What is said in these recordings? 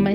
们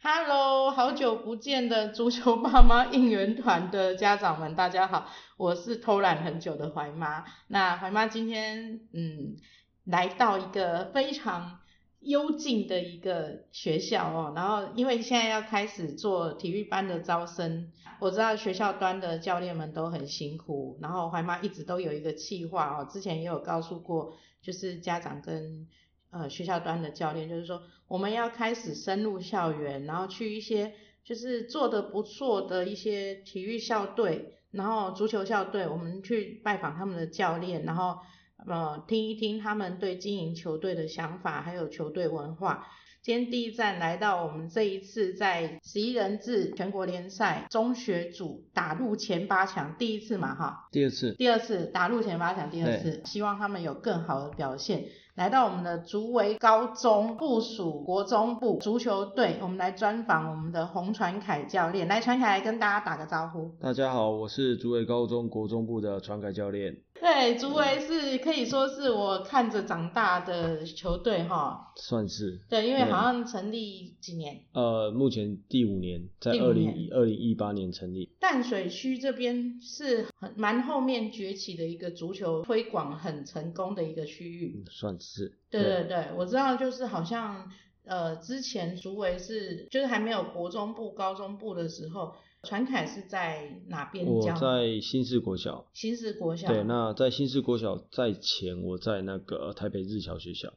Hello，好久不见的足球爸妈应援团的家长们，大家好，我是偷懒很久的怀妈。那怀妈今天嗯，来到一个非常幽静的一个学校哦，然后因为现在要开始做体育班的招生，我知道学校端的教练们都很辛苦，然后怀妈一直都有一个计划哦，之前也有告诉过，就是家长跟呃学校端的教练，就是说我们要开始深入校园，然后去一些就是做的不错的一些体育校队，然后足球校队，我们去拜访他们的教练，然后呃听一听他们对经营球队的想法，还有球队文化。今天第一站来到我们这一次在十一人制全国联赛中学组打入前八强，第一次嘛哈，第二次，第二次打入前八强，第二次，希望他们有更好的表现。来到我们的竹围高中附属国中部足球队，我们来专访我们的洪传凯教练。来，传凯来跟大家打个招呼。大家好，我是竹北高中国中部的传凯教练。对，竹围是可以说是我看着长大的球队哈。算是对，因为对好像成立几年，呃，目前第五年，在第五二年零一二零一八年成立。淡水区这边是很蛮后面崛起的一个足球推广很成功的一个区域。嗯算是对对对，我知道，就是好像呃，之前竹围是就是还没有国中部、高中部的时候，传凯是在哪边我教？在新市国小，新市国小。对，那在新市国小在前，我在那个台北日小学校，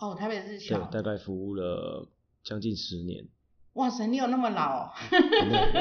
哦，台北日对小，。大概服务了将近十年。 哇塞，你有那么老、哦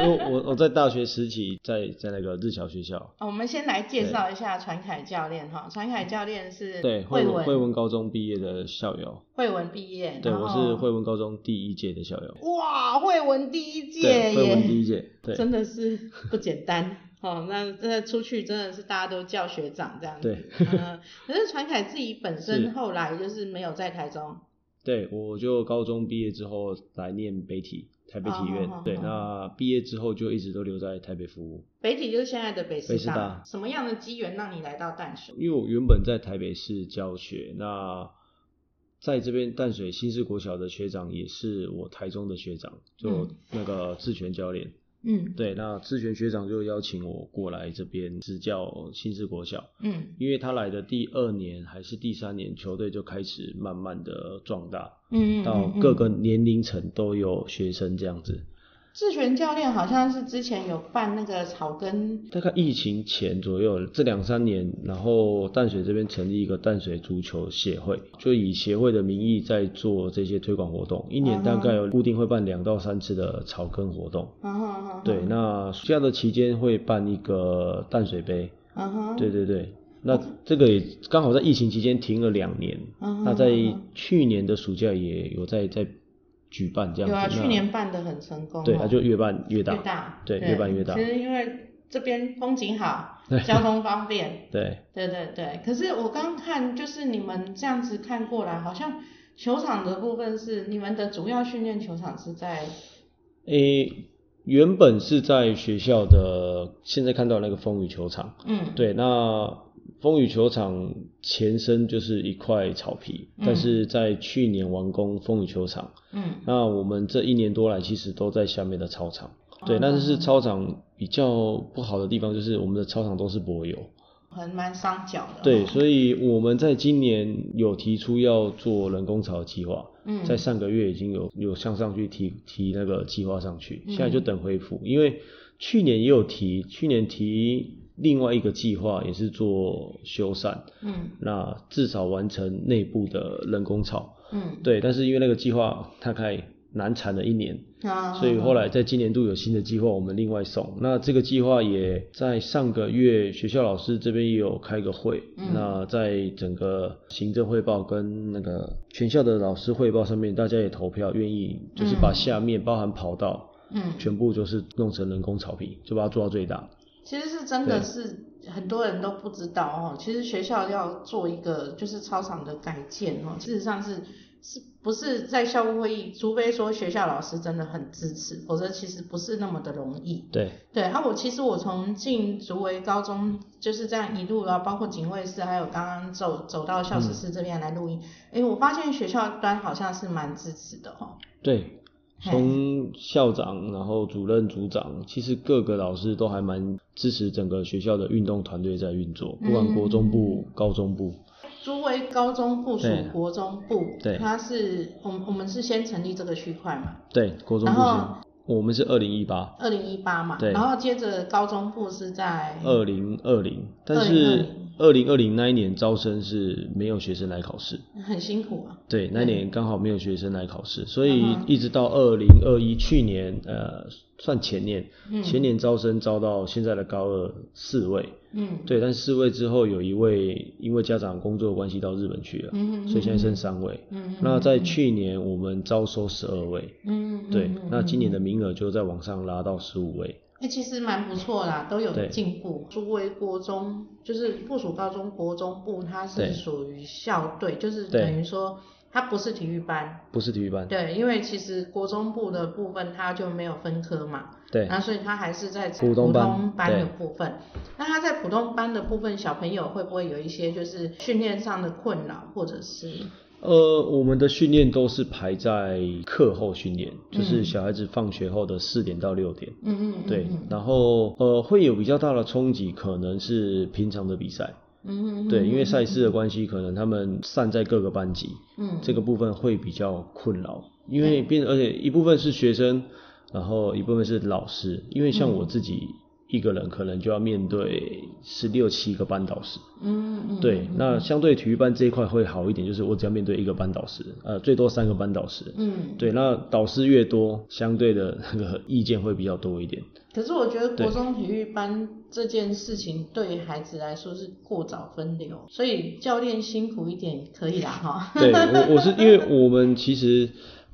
因为我我在大学时期在在那个日小学校，哦我 们先来介绍一下传凯教练哈，传凯教练是对，惠惠文惠文文高中毕业的校友，惠文毕业，对然我后是惠文高中第一届的校友，哇，惠文第一届对，惠文耶，第一届， 对。真的是不简单。哦，那真的出去真的是大家都叫学长这样子。对嗯，可是传凯自己本身是后来就是没有在台中。对，我就高中毕业之后来念北体，台北体院。哦哦哦对，哦那毕业之后就一直都留在台北服务，北体就是现在的北师北师大什么样的机缘让你来到淡水？因为我原本在台北市教学，那在这边淡水新市国小的学长也是我台中的学长，就嗯那个志全教练。嗯对，那志全学长就邀请我过来这边支教新市国小，嗯因为他来的第二年还是第三年，球队就开始慢慢的壮大，嗯到各个年龄层都有学生这样子。志全教练好像是之前有办那个草根，大概疫情前左右，这两三年，然后淡水这边成立一个淡水足球协会，就以协会的名义在做这些推广活动，一年大概有固定会办两到三次的草根活动。嗯哼嗯哼，对，那暑假的期间会办一个淡水杯。嗯哼，对对对，那这个也刚好在疫情期间停了两年，嗯那在去年的暑假也有在在举办这样有子。啊，那去年办的很成功哦、对，它就越办越大。越大，对越办越大其实因为这边风景好，对交通方便，对，对对对，可是我刚看就是你们这样子看过来，好像球场的部分是你们的主要训练球场是在诶、原本是在学校的，现在看到那个风雨球场。嗯对，那风雨球场前身就是一块草皮，嗯但是在去年完工风雨球场。嗯那我们这一年多来，其实都在下面的操场。对，哦但是操场比较不好的地方就是我们的操场都是柏油。很蛮伤脚的哦、对，所以我们在今年有提出要做人工草的计划。嗯在上个月已经有有向上去提提那个计划上去，嗯现在就等恢复，因为去年也有提，去年提另外一个计划也是做修缮，嗯那至少完成内部的人工草，嗯对，但是因为那个计划大概难产了一年，啊，所以后来在今年度有新的计划，我们另外送。那这个计划也在上个月学校老师这边也有开个会，嗯那在整个行政汇报跟那个全校的老师汇报上面，大家也投票愿意，就是把嗯下面包含跑道嗯，全部就是弄成人工草皮，就把它做到最大。其实是真的对是很多人都不知道哦，其实学校要做一个就是操场的改建哦，事实上是是不是在校务会议，除非说学校老师真的很支持，否则其实不是那么的容易。对，对，然、后我其实我从进竹围高中就是这样一路啊，包括警卫室，还有刚刚走走到嗯校史室这边来录音，诶，我发现学校端好像是蛮支持的哦。对，嘿从校长，然后主任、组长，其实各个老师都还蛮支持整个学校的运动团队在运作，嗯不管国中部、高中部。竹围高中部属对国中部，对它是我们我们是先成立这个区块嘛，对，国中部然是后，我们是二零一八、二零一八嘛，对然后接着高中部是在二零二零，但是二零二零那一年招生是没有学生来考试，很辛苦啊，对，那一年刚好没有学生来考试，所以嗯哼一直到二零二一去年，呃，算前年，嗯前年招生招到现在的高二四位，嗯，对，但四位之后有一位因为家长工作的关系到日本去了，嗯所以现在剩三位。嗯，嗯那在去年我们招收十二位，嗯嗯对嗯，那今年的嗯名额就再往上拉到十五位。哎、其实蛮不错啦，都有对进步。竹围国中就是附属高中国中部，它是对属于校队，就是对等于说它不是体育班。不是体育班，对，因为其实国中部的部分它就没有分科嘛，对那所以它还是在普通通班班对的部分。那它在普通班的部分，小朋友会不会有一些就是训练上的困扰，或者是呃，我们的训练都是排在课后训练，就嗯是小孩子放学后的四点到六点。嗯嗯嗯对嗯，然后呃会有比较大的冲击，可能是平常的比赛，嗯嗯对，因为嗯赛事的关系，可能他们散在各个班级，嗯这个部分会比较困扰，因为变而且一部分是学生，然后一部分是老师，因为嗯像我自己一个人可能就要面对十六七个班导师，嗯嗯对嗯，那相对体育班这一块会好一点，就是我只要面对一个班导师，呃，最多三个班导师，嗯对，那导师越多，相对的那个意见会比较多一点，可是我觉得国对中体育班这件事情对孩子来说是过早分流，所以教练辛苦一点可以啦哈。对我我是因为我们其实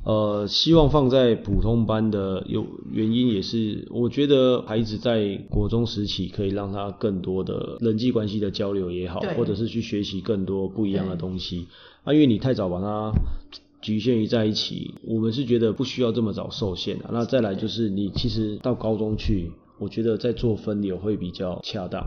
呃希望放在普通班的有原因也是，我觉得孩子在国中时期可以让他更多的人际关系的交流也好对，或者是去学习更多不一样的东西。啊，因为你太早把它局限于在一起，我们是觉得不需要这么早受限啊。那再来就是你其实到高中去，我觉得在做分流会比较恰当。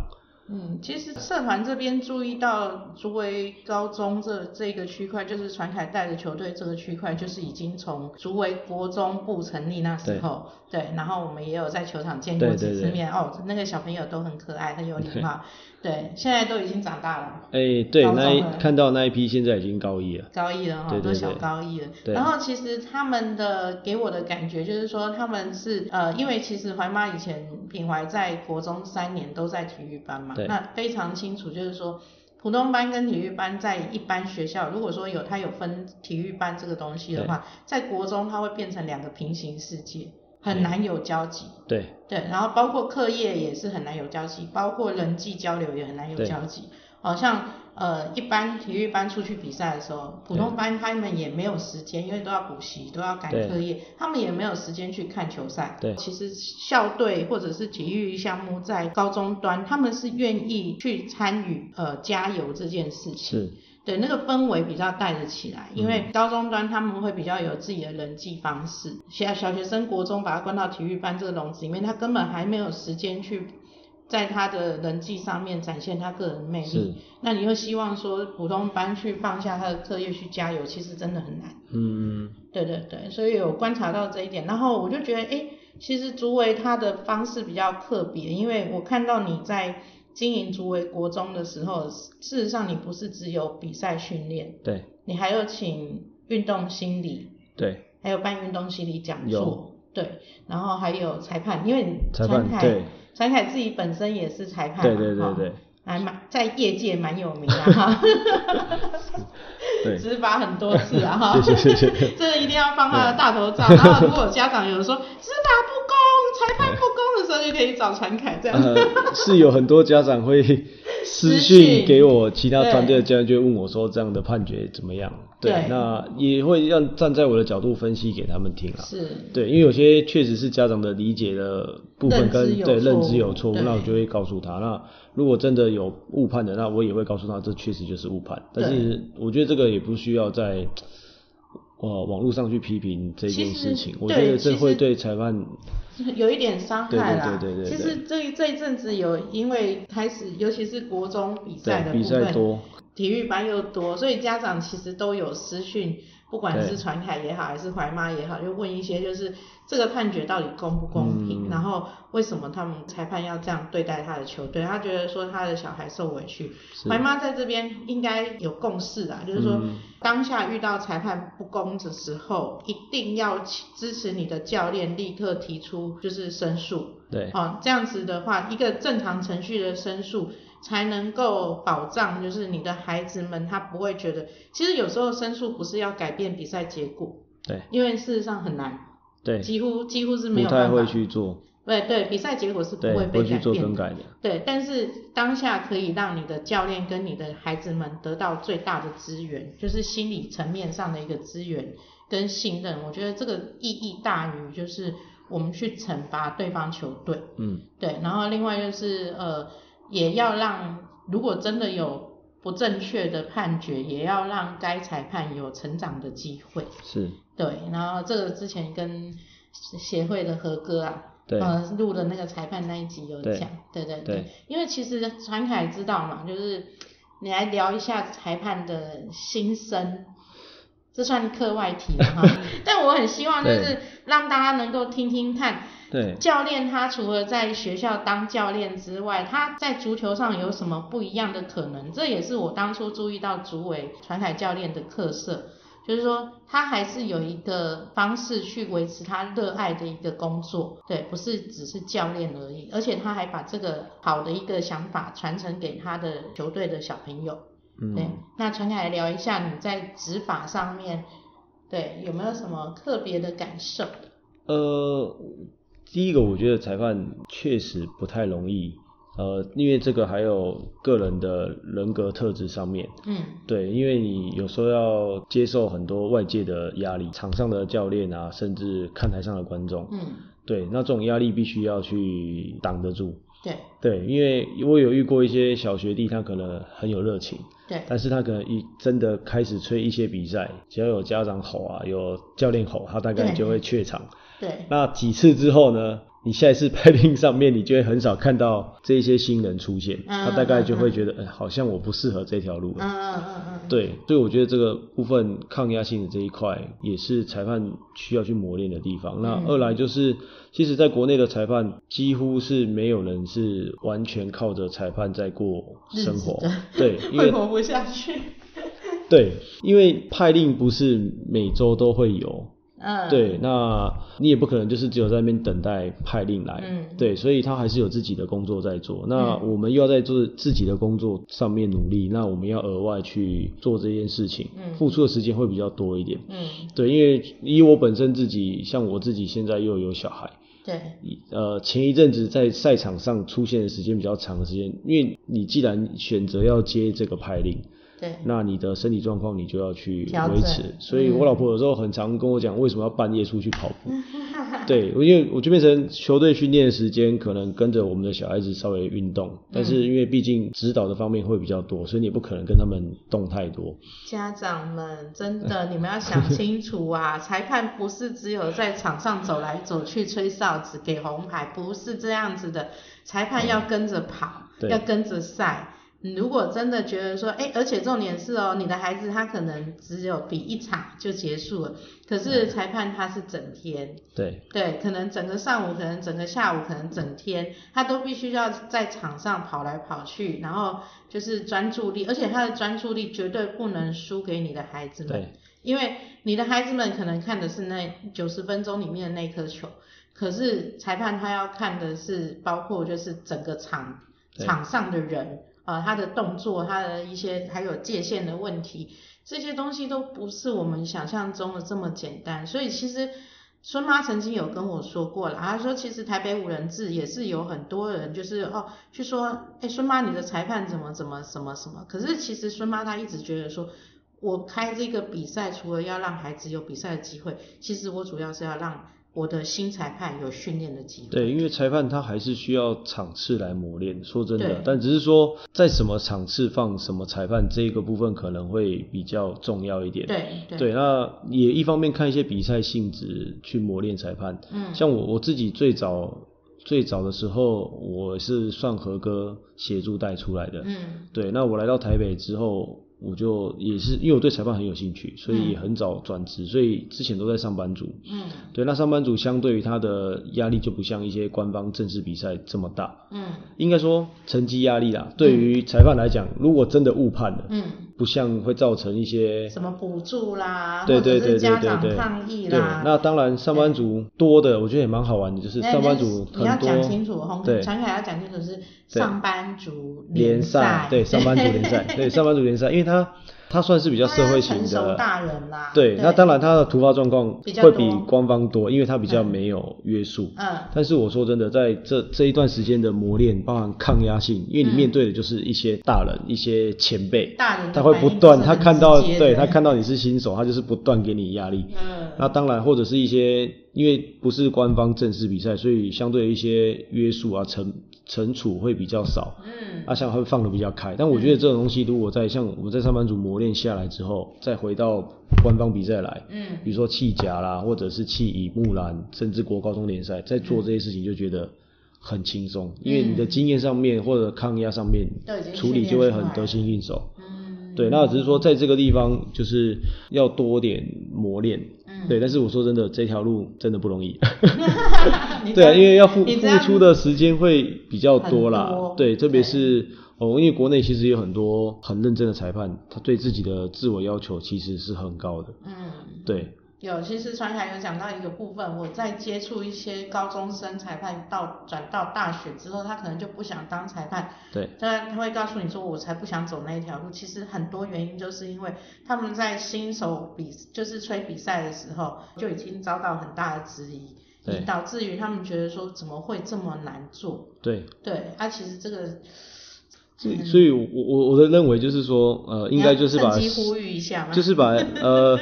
嗯，其实社团这边注意到竹围高中这这个区块，就是传凯带的球队这个区块，就是已经从竹围国中部成立那时候，对然后我们也有在球场见过对几对次对面哦，那个小朋友都很可爱，很有礼貌，对，现在都已经长大了。哎、对，高中那一了看到那一批现在已经高一了，高一了哈，对对都小对高一了。对然后其实他们的给我的感觉就是说，他们是呃，因为其实怀妈以前品怀在国中三年都在体育班嘛对，那非常清楚，就是说普通班跟体育班在一般学校，如果说有他有分体育班这个东西的话，在国中它会变成两个平行世界，很难有交集。对。对，然后包括课业也是很难有交集，包括人际交流也很难有对交集。好像呃，一般体育班出去比赛的时候，普通班他们也没有时间，因为都要补习，都要赶对课业，他们也没有时间去看球赛。对其实校队或者是体育项目在高中端，他们是愿意去参与呃加油这件事情。是，对，那个氛围比较带得起来，因为高中端他们会比较有自己的人际方式。小小学生、国中把他关到体育班这个笼子里面，他根本还没有时间去在他的人际上面展现他个人魅是力。那你又希望说普通班去放下他的课业去加油，其实真的很难。嗯，对对对，所以有观察到这一点，然后我就觉得，哎，其实竹围它的方式比较特别，因为我看到你在经营竹围国中的时候，事实上你不是只有比赛训练，对你还有请运动心理，对还有办运动心理讲座有，对，然后还有裁判，因为你裁判传凯对传凯自己本身也是裁判嘛，对对对哈对，还蛮在业界蛮有名的哈， 对只是罚很多次啊哈，谢谢谢谢 这一定要放他的大头照。然后如果有家长有说执法不公、裁判不公的时候，就可以找传凯这样。呃，是有很多家长会私讯讯给我，其他对团队的家长就会问我说这样的判决怎么样？对那也会让站在我的角度分析给他们听啊。是，对，因为有些确实是家长的理解的部分认跟知有错对误认知有错误，对那我就会告诉他。那如果真的有误判的，那我也会告诉他，这确实就是误判。但是我觉得这个也不需要在呃网络上去批评这件事其情实，我觉对得其这实会对裁判有一点伤害啦。对对对对对其实这这一阵子有因为开始，尤其是国中比赛对的比部分赛，多。体育班又多，所以家长其实都有私讯，不管对是传凯也好，还是怀妈也好，就问一些就是这个判决到底公不公平，嗯然后为什么他们裁判要这样对待他的球队？他觉得说他的小孩受委屈，是怀妈在这边应该有共识啊，就是说、嗯当下遇到裁判不公的时候，一定要支持你的教练立刻提出就是申诉，对，哦，这样子的话，一个正常程序的申诉才能够保障，就是你的孩子们他不会觉得，其实有时候申诉不是要改变比赛结果，对，因为事实上很难，对，几乎几乎是没不有太办会法。去做，对对，比赛结果是不对会，不被会去改做变更的。改的。对，但是当下可以让你的教练跟你的孩子们得到最大的资源，就是心理层面上的一个资源跟信任。我觉得这个意义大于就是我们去惩罚对方球队。嗯，对，然后另外就是呃，也要让如果真的有不正确的判决，也要让该裁判有成长的机会。是，对，然后这个之前跟协会的何哥啊，对呃，录的那个裁判那一集有对讲，对对对因为其实传凯知道嘛，就是你来聊一下裁判的心声。这算课外题了哈， 但我很希望就是对让大家能够听听看，对，教练他除了在学校当教练之外，他在足球上有什么不一样的可能？这也是我当初注意到竹尾传凯教练的特色，就是说他还是有一个方式去维持他热爱的一个工作，对，不是只是教练而已，而且他还把这个好的一个想法传承给他的球队的小朋友。对嗯，，那传凯来聊一下你在执法上面，对有没有什么特别的感受？呃，第一个我觉得裁判确实不太容易，呃，因为这个还有个人的人格特质上面，嗯，对，因为你有时候要接受很多外界的压力，场上的教练啊，甚至看台上的观众，嗯，对，那这种压力必须要去挡得住。对对，因为我有遇过一些小学弟，他可能很有热情，对。嗯但是他可能一真的开始吹一些比赛，只要有家长吼啊，有教练吼，他大概对就会怯场。对，那几次之后呢，你下一次拍拼上面，你就会很少看到这些新人出现，嗯他大概就会觉得，哎、好像我不适合这条路嗯了。嗯嗯嗯，对，所以我觉得这个部分抗压性的这一块也是裁判需要去磨练的地方。那嗯二来就是，其实在国内的裁判几乎是没有人是完全靠着裁判在过日生子活的，对，因会为活不下去。 对，因为派令不是每周都会有，嗯，对，那你也不可能就是只有在那边等待派令来，嗯对，所以他还是有自己的工作在做。那嗯我们又要在做自己的工作上面努力，那我们要额外去做这件事情，嗯付出的时间会比较多一点。嗯，对，因为以我本身自己，像我自己现在又有小孩，对，呃，前一阵子在赛场上出现的时间比较长的时间，因为你既然选择要接这个派令，对，那你的身体状况你就要去调整嗯维持。所以我老婆有时候很常跟我讲，为什么要半夜出去跑 步？对，因为我就变成球队训练的时间可能跟着我们的小孩子稍微运动，嗯但是因为毕竟指导的方面会比较多，所以你也不可能跟他们动太多。家长们真的，你们要想清楚 啊！裁判不是只有在场上走来走去吹哨子给红牌，不是这样子的。裁判要跟着跑，对要跟着赛。你如果真的觉得说，哎、而且重点是哦，你的孩子他可能只有比一场就结束了，可是裁判他是整天，对，对，可能整个上午，可能整个下午，可能整天，他都必须要在场上跑来跑去，然后就是专注力，而且他的专注力绝对不能输给你的孩子们对，因为你的孩子们可能看的是那九十分钟里面的那颗球，可是裁判他要看的是包括就是整个场对场上的人，呃他的动作，他的一些还有界限的问题，这些东西都不是我们想象中的这么简单。所以其实孙妈曾经有跟我说过了，她说其实台北五人制也是有很多人就是哦去说，哎孙妈你的裁判怎么怎么什么什么，可是其实孙妈她一直觉得说。我开这个比赛，除了要让孩子有比赛的机会，其实我主要是要让我的新裁判有训练的机会。对，因为裁判他还是需要场次来磨练。说真对的，但只是说在什么场次放什么裁判这个部分可能会比较重要一点。对对对，那也一方面看一些比赛性质去磨练裁判。嗯像我我自己最早最早的时候，我是算和哥协助带出来的。嗯对，那我来到台北之后，我就也是因为我对裁判很有兴趣，所以也很早转职，所以之前都在上班族。嗯对，那上班族相对于他的压力就不像一些官方正式比赛这么大，嗯应该说成绩压力啦。对于裁判来讲，如果真的误判了，嗯，不像会造成一些什么补助啦，对对或者对是对家对长对抗议对，啦。那当然上班族多的，我觉得也蛮好玩的，就是那上班族你要很讲清多。楚，哦红对传凯要讲清楚是对上班族联赛赛，对上班族联 赛，对上班族联赛，因为他他算是比较社会型成熟的，大人啦。对，那当然他的突发状况比较会多比官方多，因为他比较没有约束。嗯但是我说真的，在这这一段时间的磨练，包含抗压性，因为你面对的就是一些大人、一些前辈，大人的他会反不应断，都是他很看到，直接的对他看到你是新手，他就是不断给你压力。嗯那当然，或者是一些因为不是官方正式比赛，所以相对一些约束啊、惩惩处会比较少。嗯啊，像会放的比较开，但我觉得这种东西，如果在像我们在上班族磨练下来之后，再回到官方比赛来，嗯比如说弃甲啦，或者是弃乙木兰，甚至国高中联赛，在做这些事情就觉得很轻松，因为你的经验上面或者抗压上面都已经处训理练就会出来很得了心应手。嗯，对，那只是说在这个地方就是要多点磨练，嗯对。但是我说真的，这条路真的不容易。 你这对啊，样因为要付你付这样出的时间会比较多啦。很多对，特别对是哦，因为国内其实有很多很认真的裁判，他对自己的自我要求其实是很高的。 嗯。对，有，其实传凯有讲到一个部分，我在接触一些高中生裁判到转到大学之后，他可能就不想当裁判，对，他他会告诉你说，我才不想走那一条路。其实很多原因就是因为他们在新手比就是吹比赛的时候就已经遭到很大的质疑，对以导致于他们觉得说怎么会这么难做？对。对，啊，其实这个所以，所以我我我的认为就是说，呃，应该就是你要把趁机呼吁一下嘛，就是把 呃，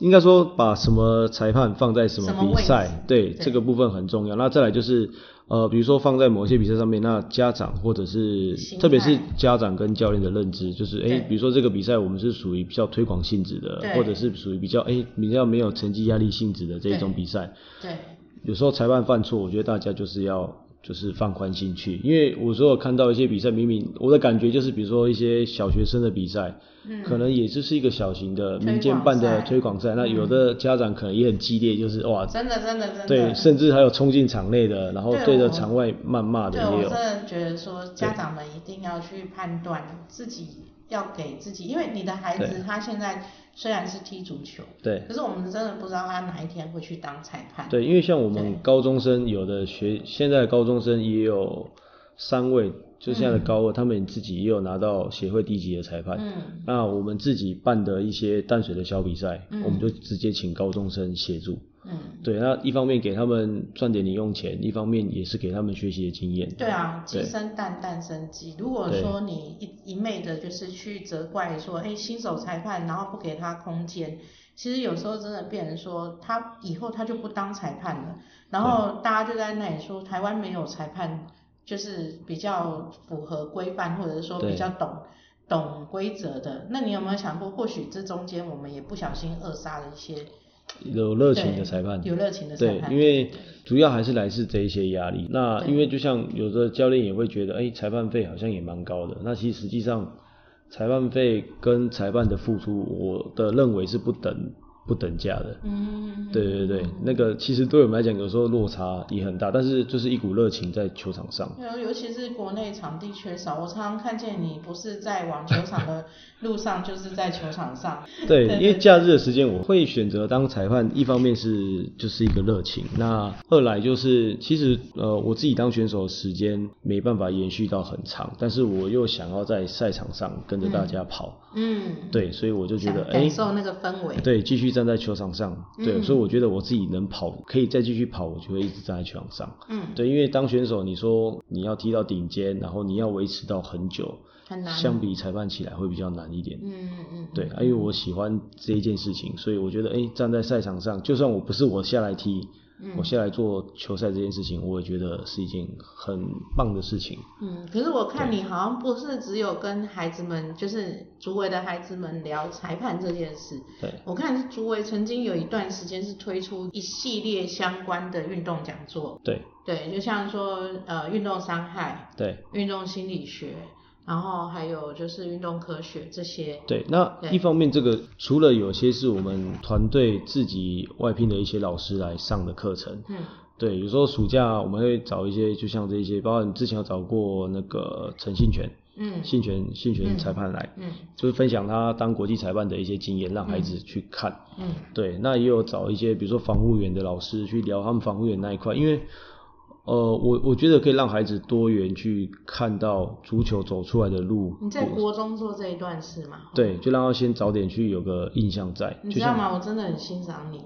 应该说把什么裁判放在什么什么比位赛置，对对这个部分很重要。那再来就是呃，比如说放在某些比赛上面，那家长或者是心态特别是家长跟教练的认知，就是诶，对比如说这个比赛我们是属于比较推广性质的对，或者是属于比较诶比较没有成绩压力性质的这一种对比赛，对，有时候裁判犯错，我觉得大家就是要。就是放宽心去，因为我所有看到一些比赛，明明我的感觉就是，比如说一些小学生的比赛，嗯，可能也就是一个小型的推民间广办的赛推广赛，那嗯有的家长可能也很激烈，就是哇，真的真的真的，对，甚至还有冲进场内的，然后对对我着场外谩骂对，的也我有真，的觉得说家长们一定要去判断自己要给自己，因为你的孩子对他现在虽然是踢足球，对可是我们真的不知道他哪一天会去当裁判。对，因为像我对们高中生，有的学现在的高中生也有三位，就现在的高二，他们自己也有拿到协会低级的裁判。嗯那我们自己办的一些淡水的小比赛，嗯我们就直接请高中生协助。嗯，对，那一方面给他们赚点零用钱，一方面也是给他们学习的经验。对啊，鸡对生蛋，蛋生鸡。如果对说你一一昧的就是去责怪说，哎，新手裁判，然后不给他空间，其实有时候真的变成说他以后他就不当裁判了，然后大家就在那里说台湾没有裁判，就是比较符合规范，或者是说比对较懂。懂规则的，那你有没有想过，或许这中间我们也不小心扼杀了一些有热情对的裁判，有热情的裁对判，。因为主要还是来自这一些压力。那对因为就像有的教练也会觉得，哎、裁判费好像也蛮高的。那其实实际上，裁判费跟裁判的付出，我的认为是不等不等价的。嗯，对对对，那个其实对我们来讲，有时候落差也很大，但是就是一股热情在球场上。对啊，尤其是国内场地缺少，我常常看见你不是在往球场的路上，就是在球场上。对，对因为假日的时间我会选择当裁判，一方面是就是一个热情，那二来就是其实呃我自己当选手的时间没办法延续到很长，但是我又想要在赛场上跟着大家跑， 嗯，对，所以我就觉想得哎感。受那个氛围。对，继续站在球场上，对，嗯所以我觉得我自己能跑，可以再继续跑，我就会一直站在球场上。嗯，对，因为当选手，你说你要踢到顶尖，然后你要维持到很久，很难。相比裁判起来会比较难一点。嗯嗯嗯，对，啊因为我喜欢这一件事情，所以我觉得，哎、站在赛场上，就算我不是我下来踢，嗯我下来做球赛这件事情，我也觉得是一件很棒的事情。嗯，可是我看你好像不是只有跟孩子们，就是竹围的孩子们聊裁判这件事。对，我看竹围曾经有一段时间是推出一系列相关的运动讲座，对，对，就像说呃运动伤害、对，运动心理学，然后还有就是运动科学这些。对。那对一方面，这个除了有些是我们团队自己外聘的一些老师来上的课程，嗯对，有时候暑假我们会找一些，就像这一些，包括你之前有找过那个陈信全，嗯信全信全裁判来，嗯就是分享他当国际裁判的一些经验，让孩子去看。嗯对，那也有找一些比如说防护员的老师去聊他们防护员那一块，因为呃，我我觉得可以让孩子多元去看到足球走出来的路。你在国中做这一段事吗？对，就让他先早点去有个印象在，你就知道像吗？我真的很欣赏 你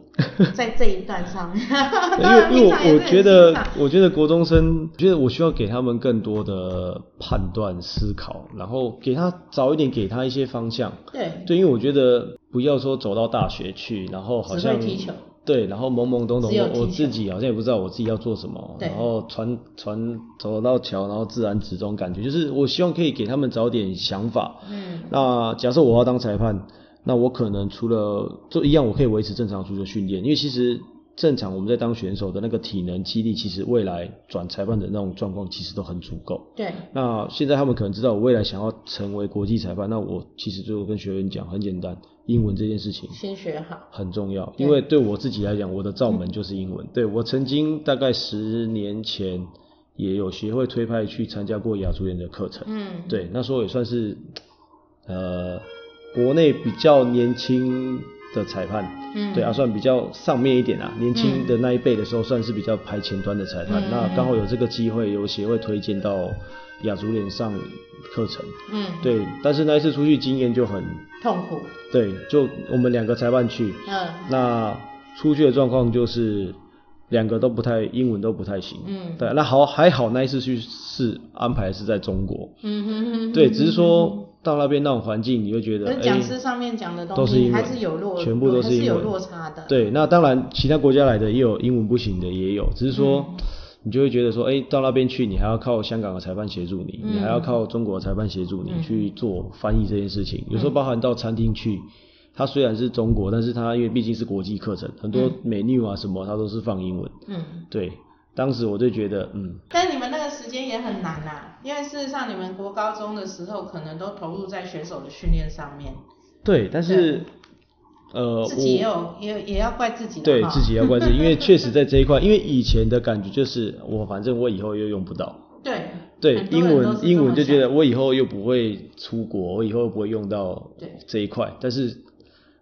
在这一段上 面，对因为因平为常也是我很我觉欣得赏，我觉得国中生，我觉得我需要给他们更多的判断思考，然后给他早一点给他一些方向。对，对，因为我觉得不要说走到大学去，然后好只像会踢球。对，然后懵懵懂懂，只有我我踢球自己好像也不知道我自己要做什么，对然后船船走到桥，然后自然直这种感觉，就是我希望可以给他们早点想法。嗯那假设我要当裁判，那我可能除了就一样，我可以维持正常足球训练，因为其实正常我们在当选手的那个体能、肌力，其实未来转裁判的那种状况其实都很足够。对，那现在他们可能知道我未来想要成为国际裁判，那我其实就跟学员讲，很简单，英文这件事情先学好。很重要，对因为对我自己来讲，我的罩门就是英文。对我曾经大概十年前也有协会推派去参加过亚足联的课程，嗯，对，那时候也算是呃国内比较年轻的裁判，嗯，对啊，算比较上面一点啊，年轻的那一辈的时候算是比较排前端的裁判。嗯那刚好有这个机会，有协会推荐到亚足联上课程，嗯，对，但是那一次出去经验就很痛苦，对，就我们两个裁判去，嗯那出去的状况就是两个都不太英文都不太行，嗯对，啊那好还好那一次去是安排是在中国，嗯哼哼哼，对，只是说到那边那种环境，你会觉得可哎是。讲师上面讲的东都是西英文还是有落，全部还都是是英有文落差的，对，那当然其他国家来的也有英文不行的，也有，只是说。嗯你就会觉得说，哎、到那边去，你还要靠香港的裁判协助你，嗯你还要靠中国的裁判协助你、去做翻译这件事情。嗯有时候包含到餐厅去，它虽然是中国，但是它因为毕竟是国际课程，很多美女啊什么，它都是放英文。嗯。对，当时我就觉得，嗯，但你们那个时间也很难呐、因为事实上你们国高中的时候可能都投入在选手的训练上面，对，但是，呃，自己也我有也也要怪自己的对哈自己要关注，因为确实在这一块，因为以前的感觉就是，我反正我以后又用不到。对对很，多英人都是文这英么文就想觉得我以后又不会出国，我以后又不会用到 对这一块。但是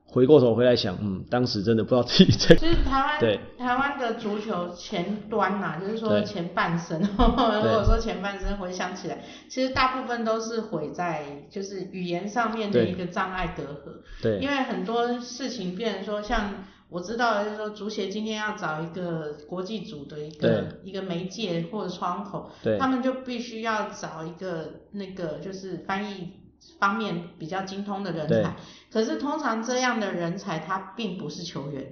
回过头回来想，嗯，当时真的不知道自己在。就是台湾对台湾的足球前端呐、就是说对前半生， 如果说前半生回想起来，其实大部分都是毁在就是语言上面的对一个障碍隔阂，因对为很多事情变成说像。我知道，就是说足协今天要找一个国际组的一个一个媒介或者窗口，对他们就必须要找一个那个就是翻译方面比较精通的人对才。可是通常这样的人才，他并不是球员，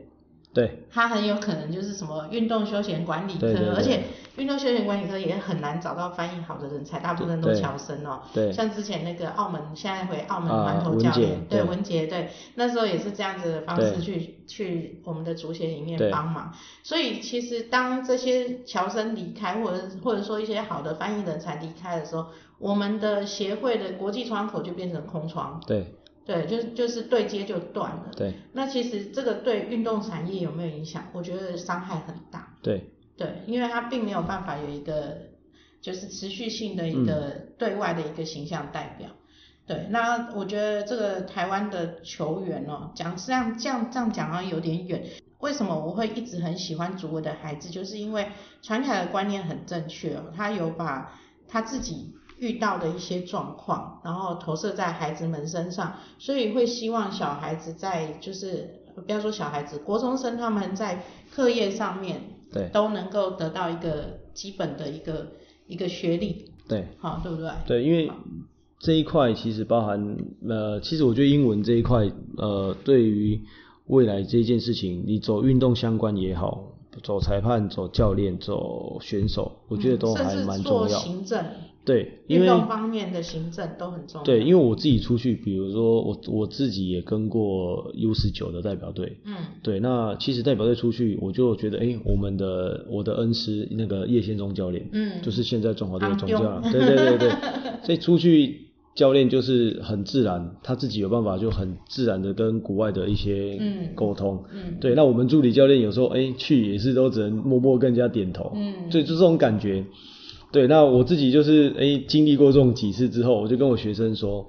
对他很有可能就是什么运动休闲管理科，对对对而且运动休闲管理科也很难找到翻译好的人才，大部分都对侨生哦。对像之前那个澳门，现在回澳门啊环头文教杰练，对对文杰，对，那时候也是这样子的方式对去去我们的足协里面对帮忙。所以其实当这些侨生离开，或者或者说一些好的翻译人才离开的时候，我们的协会的国际窗口就变成空窗。对对，就是就是对接就断了。对那其实这个对运动产业有没有影响？我觉得伤害很大。对对，因为它并没有办法有一个就是持续性的一个对外的一个形象代表。对，那我觉得这个台湾的球员哦，讲这样这样这样讲好像有点远。为什么我会一直很喜欢祖国的孩子？就是因为传凯的观念很正确哦，他有把他自己遇到的一些状况，然后投射在孩子们身上，所以会希望小孩子在就是不要说小孩子，国中生他们在课业上面对都能够得到一个基本的一个一个学历，对好，对不对？对，因为这一块其实包含呃，其实我觉得英文这一块呃，对于未来这件事情，你走运动相关也好，走裁判、走教练、走选手，我觉得都还嗯甚蛮至重做要。行政，对，因运为动方面的行政都很重要。对，因为我自己出去，比如说我我自己也跟过 U 十九的代表队，嗯对，那其实代表队出去，我就觉得，哎、我们的我的恩师那个叶先忠教练，嗯，就是现在中华队的总昂教练，对对对对， 所以出去教练就是很自然，他自己有办法就很自然的跟国外的一些嗯沟通，嗯对，那我们助理教练有时候哎、去也是都只能默默跟人家点头，嗯对，就这种感觉。对，那我自己就是哎、经历过这种几次之后，我就跟我学生说，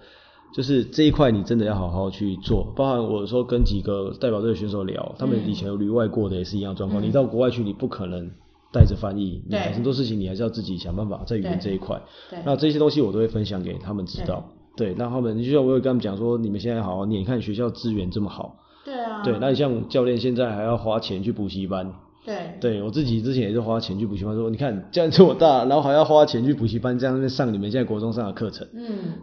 就是这一块你真的要好好去做。包含我说跟几个代表队的选手聊，他们嗯以前有旅外过的也是一样的状嗯况。你到国外去，你不可能带着翻译，你对还很多事情你还是要自己想办法在语言这一块。对，那这些东西我都会分享给他们知道。对，那他们就像我有跟他们讲说，你们现在好好念，你看学校资源这么好，对啊，对，那你像教练现在还要花钱去补习班，对对我自己之前也是花钱去补习班，说你看这样这么大，然后还要花钱去补习班，这样在上你们现在国中上的课程。嗯，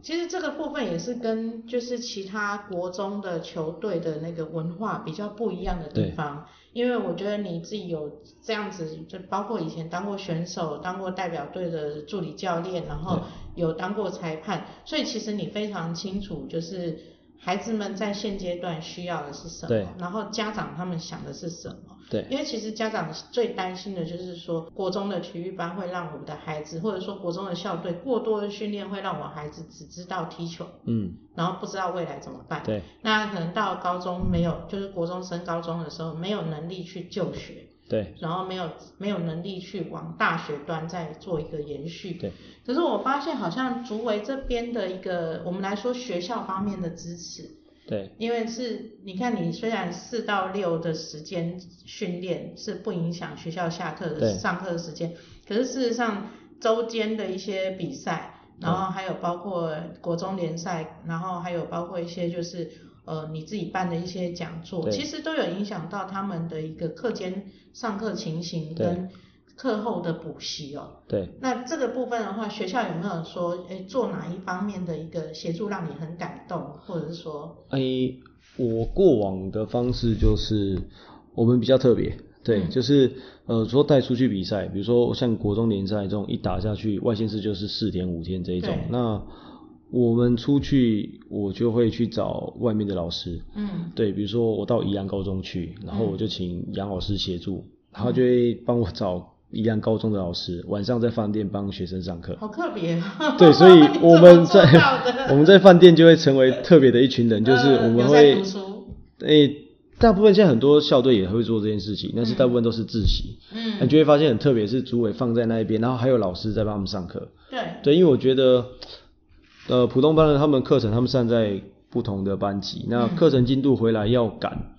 其实这个部分也是跟就是其他国中的球队的那个文化比较不一样的地方，因为我觉得你自己有这样子，就包括以前当过选手、当过代表队的助理教练，然后有当过裁判，所以其实你非常清楚就是孩子们在现阶段需要的是什对么，然后家长他们想的是什么。对因为其实家长最担心的就是说，国中的体育班会让我们的孩子，或者说国中的校队过多的训练，会让我孩子只知道踢球，嗯，然后不知道未来怎么办。对那可能到高中没有，就是国中升高中的时候没有能力去就学，对然后没有没有能力去往大学端再做一个延续。对可是我发现好像竹围这边的一个，我们来说学校方面的支持，对因为是，你看你虽然四到六的时间训练是不影响学校下课对的上课的时间，可是事实上周间的一些比赛，对然后还有包括国中联赛，然后还有包括一些就是呃你自己办的一些讲座，对其实都有影响到他们的一个课间上课情形对跟课后的补习哦。对那这个部分的话，学校有没有说，诶，做哪一方面的一个协助让你很感动，或者是说，诶、哎我过往的方式就是我们比较特别，对，嗯就是呃说带出去比赛，比如说像国中联赛这种一打下去，外县市就是四天五天这一种对。那我们出去，我就会去找外面的老师，嗯，对，比如说我到宜兰高中去，然后嗯我就请杨老师协助，然后就会帮我找宜兰高中的老师，晚上在饭店帮学生上 课。好特别哦。 对，所以你怎么我们做在到的 我们在饭店就会成为特别的一 群人，就是呃我们有在会读书诶、大部分现在很多校队也会做这件事情，但是大部分都是自习。你嗯，就会发现很特别，是组委放在那一边，然后还有老师在帮他们上课。对对，因为我觉得，呃，普通班的他们课程，他们散在不同的班级，那嗯课程进度回来要赶，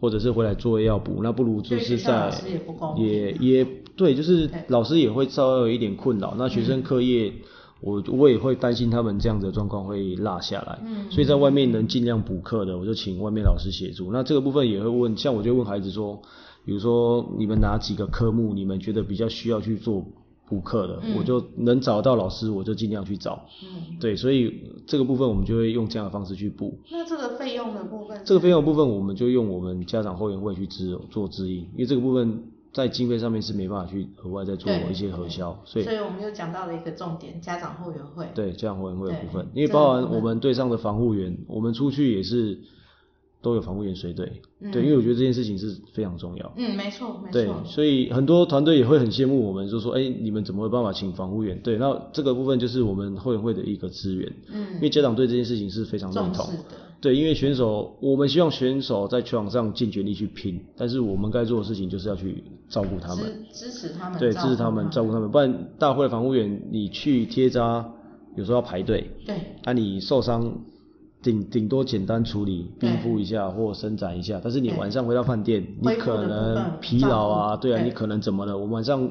或者是回来作业要补，那不如就对是学校在老师也不公平也也对，就是对嗯老师也会稍微有一点困扰，那学生课业。我我也会担心他们这样子的状况会落下来，嗯所以在外面能尽量补课的，我就请外面老师协助。那这个部分也会问，像我就会问孩子说，比如说你们哪几个科目你们觉得比较需要去做补课的，嗯我就能找到老师，我就尽量去找。嗯，对，所以这个部分我们就会用这样的方式去补。那这个费用的部分是，这个费用的部分，我们就用我们家长后援会去支做支应，因为这个部分在经费上面是没办法去额外再做对一些核销，所所以以我们又讲到了一个重点，家长后援会，对家长后援会的部分，对因为包这个含部分我们队上的防护员，我们出去也是。都有防护员随队。嗯对，因为我觉得这件事情是非常重要。嗯，没错，没对错，，所以很多团队也会很羡慕我们，就说：“哎、你们怎么有办法请防护员？”对，那这个部分就是我们会员会的一个资源，因为嗯，家长对这件事情是非常认重同视。的，对，因为选手，我们希望选手在球场上尽全力去拼，但是我们该做的事情就是要去照顾他们，支支持他们，对，照支顾持他们，照顾他们，不然大会的防护员你去贴扎，有时候要排队，对，那、你受伤顶顶多简单处理，对冰敷一下或伸展一下，但是你对晚上回到饭店，你恢复的可部能分疲照劳啊，顾对啊，对你可能怎么了？我们晚上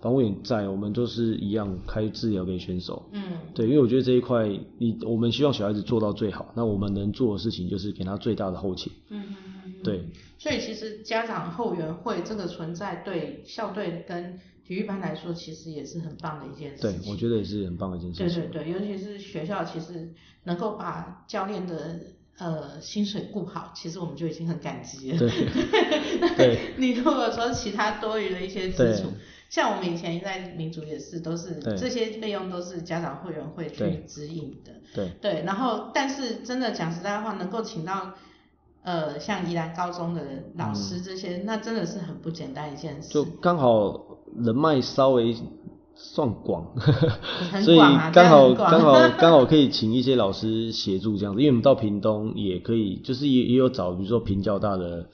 防护员在，我们就是一样开治疗给选手。嗯，对，因为我觉得这一块，你我们希望小孩子做到最好，那我们能做的事情就是给他最大的后勤。嗯嗯嗯，对，所以其实家长后援会这个存在，对校队跟体育班来说，其实也是很棒的一件事对情。，我觉得也是很棒的一件对事情。对对，尤其是学校，其实能够把教练的呃薪水顾好，其实我们就已经很感激了。对对 你如果说其他多余的一些支出对，像我们以前在民族也是，都是对这些费用都是家长会员会去对指引的。对对，然后但是真的讲实在话，能够请到呃像宜兰高中的老师这些，那真的是很不简单一件事。就刚好人脉稍微算广，很所以广啊这刚样好很广刚好刚好可以请一些老师协助这样子，因为我们到屏东也可以，就是也也有找，比如说平交大的。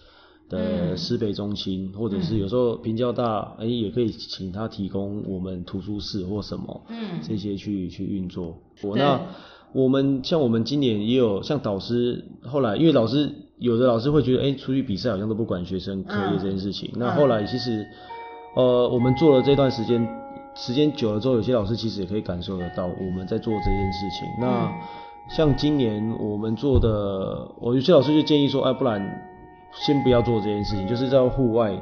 的嗯师培中心，或者是有时候平交大，哎、也可以请他提供我们图书室或什么，嗯这些去去运作。我对那我们像我们今年也有像导师，后来因为老师有的老师会觉得，哎、出去比赛好像都不管学生课业嗯这件事情。嗯那后来其实，呃，我们做了这段时间，时间久了之后，有些老师其实也可以感受得到我们在做这件事情。那、嗯像今年我们做的，我有些老师就建议说，哎、不然先不要做这件事情，就是在户外。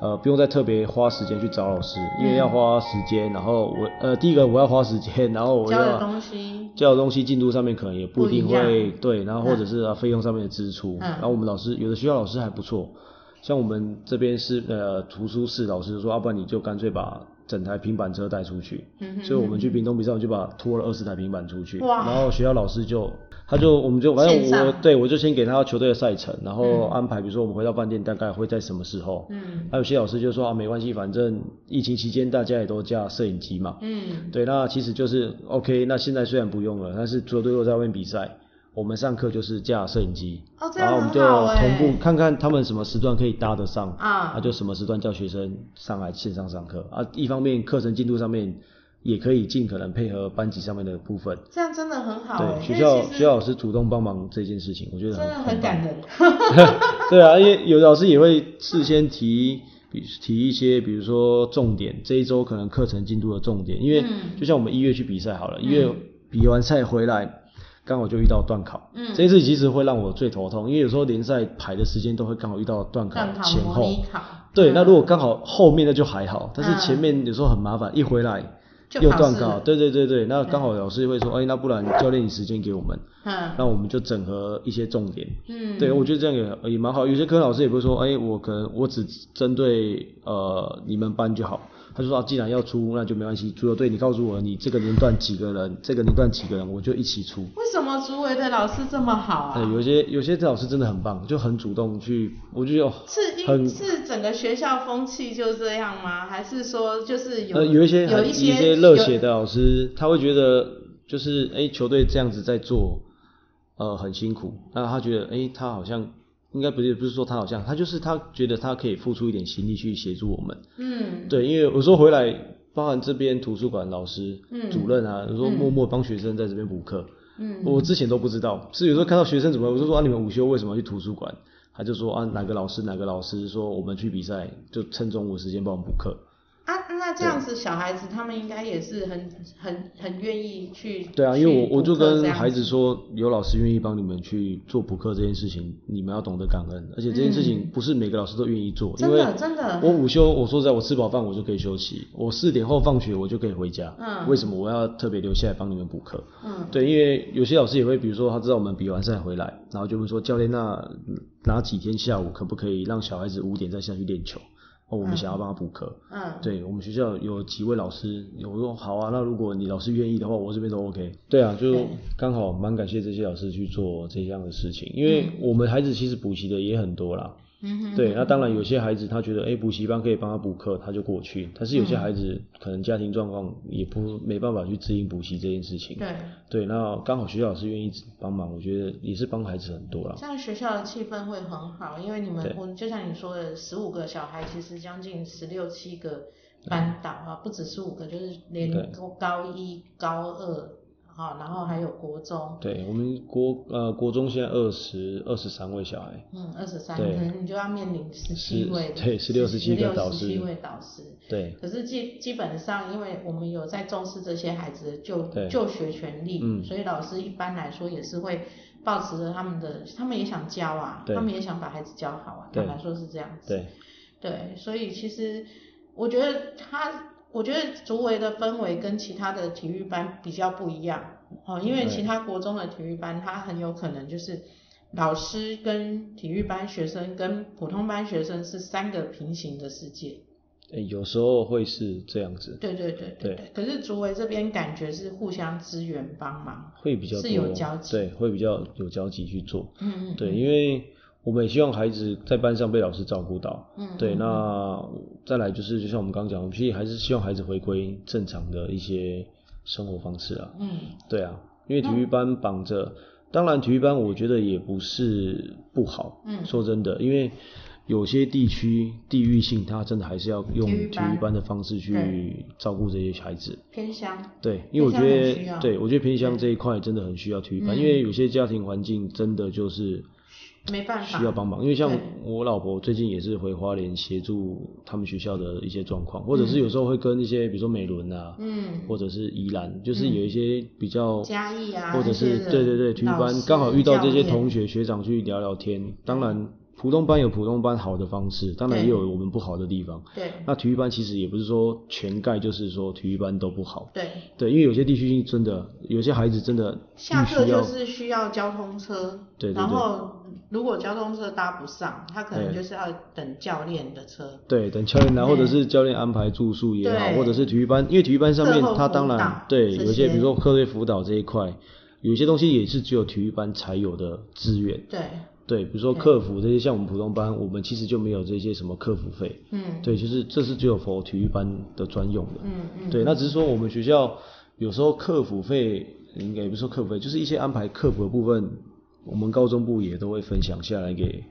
呃，不用再特别花时间去找老师，因为要花时间。然后我呃，第一个我要花时间，然后我教要的东西，教的东西进度上面可能也不一定不一会样对，然后或者是啊费用上面的支出，嗯然后我们老师有的学校老师还不错，像我们这边是呃图书室老师就说，要、啊不然你就干脆把整台平板车带出去，嗯哼所以我们去屏东比赛，我们就把拖了二十台平板出去，哇然后学校老师就他就我们就反正线上我对我就先给他球队的赛程，然后嗯安排比如说我们回到饭店大概会在什么时候，嗯还有些老师就说啊没关系，反正疫情期间大家也都架摄影机嘛，嗯，对，那其实就是 OK。那现在虽然不用了，但是足球队如果在外面比赛，我们上课就是架摄影机，哦这然样后我们就很好同欸步看看他们什么时段可以搭得上，啊那就什么时段叫学生上来线上上课啊。一方面课程进度上面也可以尽可能配合班级上面的部分，这样真的很好哎、因对，学为校其学实校老师主动帮忙这件事情，我觉得真的很很棒感 人。对啊，因为有的老师也会事先提，比提一些，比如说重点，这一周可能课程进度的重点，因为嗯就像我们一月去比赛好了，嗯一月比完赛回来，刚好就遇到断考，嗯这一次其实会让我最头痛，因为有时候联赛排的时间都会刚好遇到断考段考前模后拟，考，对，嗯那如果刚好后面那就还好，但嗯是前面有时候很麻烦，一回来。就又考断试考，了对对对对，那刚好老师会说，哎、那不然教练你时间给我们，嗯那我们就整合一些重点，嗯，对，我觉得这样也也蛮好。有些科任老师也不会说，哎、我可能我只针对呃你们班就好。他就说、啊，既然要出，那就没关系。足球队，你告诉我，你这个年段几个人，这个年段几个人，我就一起出。为什么竹围的老师这么好啊？对，有些有些老师真的很棒，就很主动去，我就有是因很是整个学校风气就这样吗？还是说就是有、呃有一些有很一一些些热有血的老师，他会觉得就是哎、球队这样子在做，呃很辛苦，那他觉得哎、他好像应该不是不是说他好像，他就是他觉得他可以付出一点心力去协助我们。嗯对，因为有时候回来，包含这边图书馆老师、嗯主任啊，有时候默默帮学生在这边补课。嗯我之前都不知道，是有时候看到学生怎么，我就说啊，你们午休为什么要去图书馆？他就说啊，哪个老师哪个老师说我们去比赛，就趁中午时间帮我们补课。啊，那这样子小孩子他们应该也是很很很愿意去对啊，因为去我我就补课这跟样孩子说，有老师愿意帮你们去做补课这件事情，你们要懂得感恩，而且这件事情不是每个老师都愿意做，因嗯真为的真的我午休，我说实在，我吃饱饭我就可以休息，我四点后放学我就可以回家。嗯为什么我要特别留下来帮你们补课？嗯对，因为有些老师也会，比如说他知道我们比完赛回来，然后就会说教练，那嗯哪几天下午可不可以让小孩子五点再下去练球？哦，我们想要帮他补课。嗯，对我们学校有几位老师，我说好啊，那如果你老师愿意的话，我这边都 OK。对啊，就对刚好蛮感谢这些老师去做这样的事情，因为嗯我们孩子其实补习的也很多啦。嗯哼，对，那当然有些孩子他觉得，哎、补习班可以帮他补课，他就过去。但是有些嗯孩子可能家庭状况也不没办法去支应补习这件事情。对，对，那刚好学校老师愿意帮忙，我觉得也是帮孩子很多啦。这样学校的气氛会很好，因为你们对我就像你说的，十五个小孩其实将近十六七个班导啊，不止十五个，就是连嗯对高高一、高二，好，然后还有国中，对我们国呃国中现在二十二十三位小孩，嗯，二十三，可对能你就要面临十七十位，对16 17个导十师七位导师。对，可是基基本上，因为我们有在重视这些孩子的就对就学权利，嗯所以老师一般来说也是会保持着他们的，他们也想教啊，对他们也想把孩子教好啊，对坦白说是这样子。对，对，所以其实我觉得他，我觉得竹围的氛围跟其他的体育班比较不一样哦，因为对其他国中的体育班，它很有可能就是老师跟体育班学生跟普通班学生是三个平行的世界。诶有时候会是这样子，对对对对。对可是竹围这边感觉是互相支援帮忙。会比较是多有交集对，会比较有交集去做。嗯嗯。对，因为我们也希望孩子在班上被老师照顾到。嗯。嗯对，嗯那再来就是，就像我们刚刚讲，我们其实还是希望孩子回归正常的一些生活方式啊。嗯对啊，因为体育班绑着，当然体育班我觉得也不是不好。嗯说真的，因为有些地区地域性，它真的还是要用体育体班育班的方式对去照顾这些孩子。偏乡。对，因为我觉偏乡很需要嗯得，对我觉得偏乡这一块真的很需要体育班，因为有些家庭环境真的就是没办法。需要帮忙。因为像对我老婆最近也是回花莲协助他们学校的一些状况，或者是有时候会跟一些比如说美伦啊，嗯。或者是宜兰，就是有一些比较嘉义啊或者那是些人对对对体育老班师刚好遇到这些教练同学学长去聊聊天。当然，普通班有普通班好的方式，当然对也有我们不好的地方。对那体育班其实也不是说全盖，就是说体育班都不好。对。对，因为有些地区性真的，有些孩子真的下必课须要就是需要交通车，对对然对后如果交通车搭不上，他可能对就是要等教练的车。对等教练啊来，或者对是教练安排住宿也好，对或者是体育班，因为体育班上面课后他辅当导然对这有些，些比如说课队辅导这一块，有些东西也是只有体育班才有的资源。对，对，比如说对客服这些，像我们普通班，我们其实就没有这些什么客服费。嗯，对，就是这是只有否体育班的专用的。嗯嗯，对，那只是说我们学校有时候客服费，应该也不是说客服费，就是一些安排客服的部分，我们高中部也都会分享下来给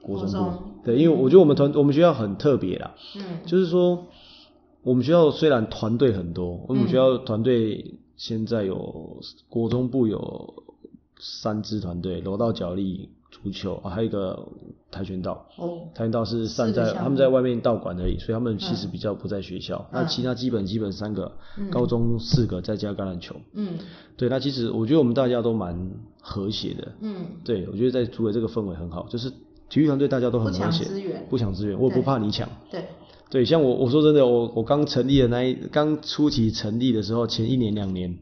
国中部。国中对，因为我觉得我们团我们学校很特别啦，嗯就是说我们学校虽然团队很多，我们嗯学校团队现在有国中部有三支团队，柔道、脚力、足球，啊、还有一个跆拳道。哦，跆拳道是四散个嗯在项目他们在外面道馆而已，所以他们其实比较不在学校。那其他基本基本三个，嗯高中四个，再加橄榄球。嗯对，那其实我觉得我们大家都蛮和谐的。嗯，对，我觉得在组委这个氛围很好，就是体育团队大家都不很和抢谐，资源，不抢资源，我也对不怕你抢。对，对，像我我说真的，我我刚成立的那一刚初期成立的时候，前一年两年，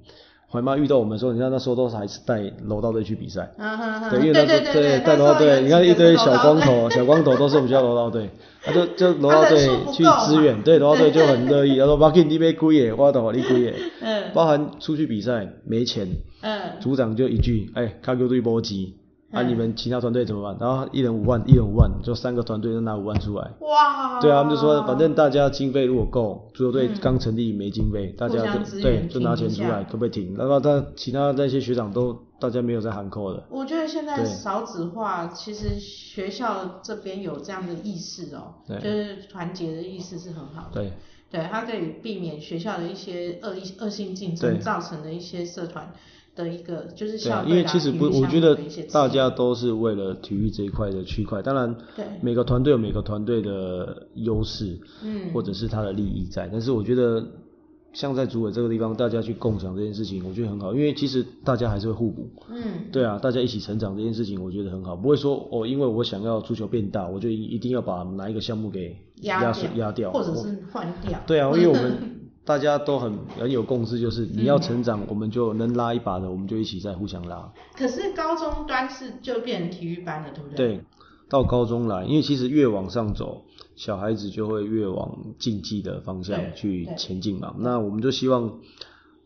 怀妈遇到我们的时候，你看那时候都还是带柔道队去比赛。嗯哼哼，对，因为对那时对候对，带柔那时道候队，有你看几一个堆是柔小道光队，头，小光头都是我们学校柔道队，他就就柔道队去支援，对柔道队就 很乐意，他说 m a r k i 你被归耶，我懂你归耶，嗯包含出去比赛没钱，嗯，组长就一句，哎，卡给队波及，啊嗯你们其他团队怎么办？然后一人五万，一人五万，就三个团队就拿五万出来。哇，对啊，他们就说，反正大家经费如果够，足球队嗯刚成立没经费，大互家相就支对援就拿挺钱一出下来，可不可以停？然后他其他那些学长都大家没有在喊扣的，我觉得现在对少子化，其实学校这边有这样的意识哦，对就是团结的意识是很好的。对。对，它可以避免学校的一些恶意恶性竞争对造成的一些社团的一个就是对校啊，队因为啦其实不，体育我项觉目得的一些指大引家都是为了体育这一块的区块，当然对，每个团队有每个团队的优势，嗯，或者是他的利益在，但是我觉得像在组委这个地方，大家去共享这件事情，我觉得很好，因为其实大家还是会互补，嗯，对啊，大家一起成长这件事情，我觉得很好，不会说哦，因为我想要足球变大，我就一一定要把哪一个项目给压压缩压掉，或者我是换掉，对啊，因为我 们大家都很很有共识，就是你嗯要成长，我们就能拉一把的，我们就一起再互相拉。可是高中端是就变成体育班了，对不对？对，到高中来，因为其实越往上走，小孩子就会越往竞技的方向对去对前进嘛。那我们就希望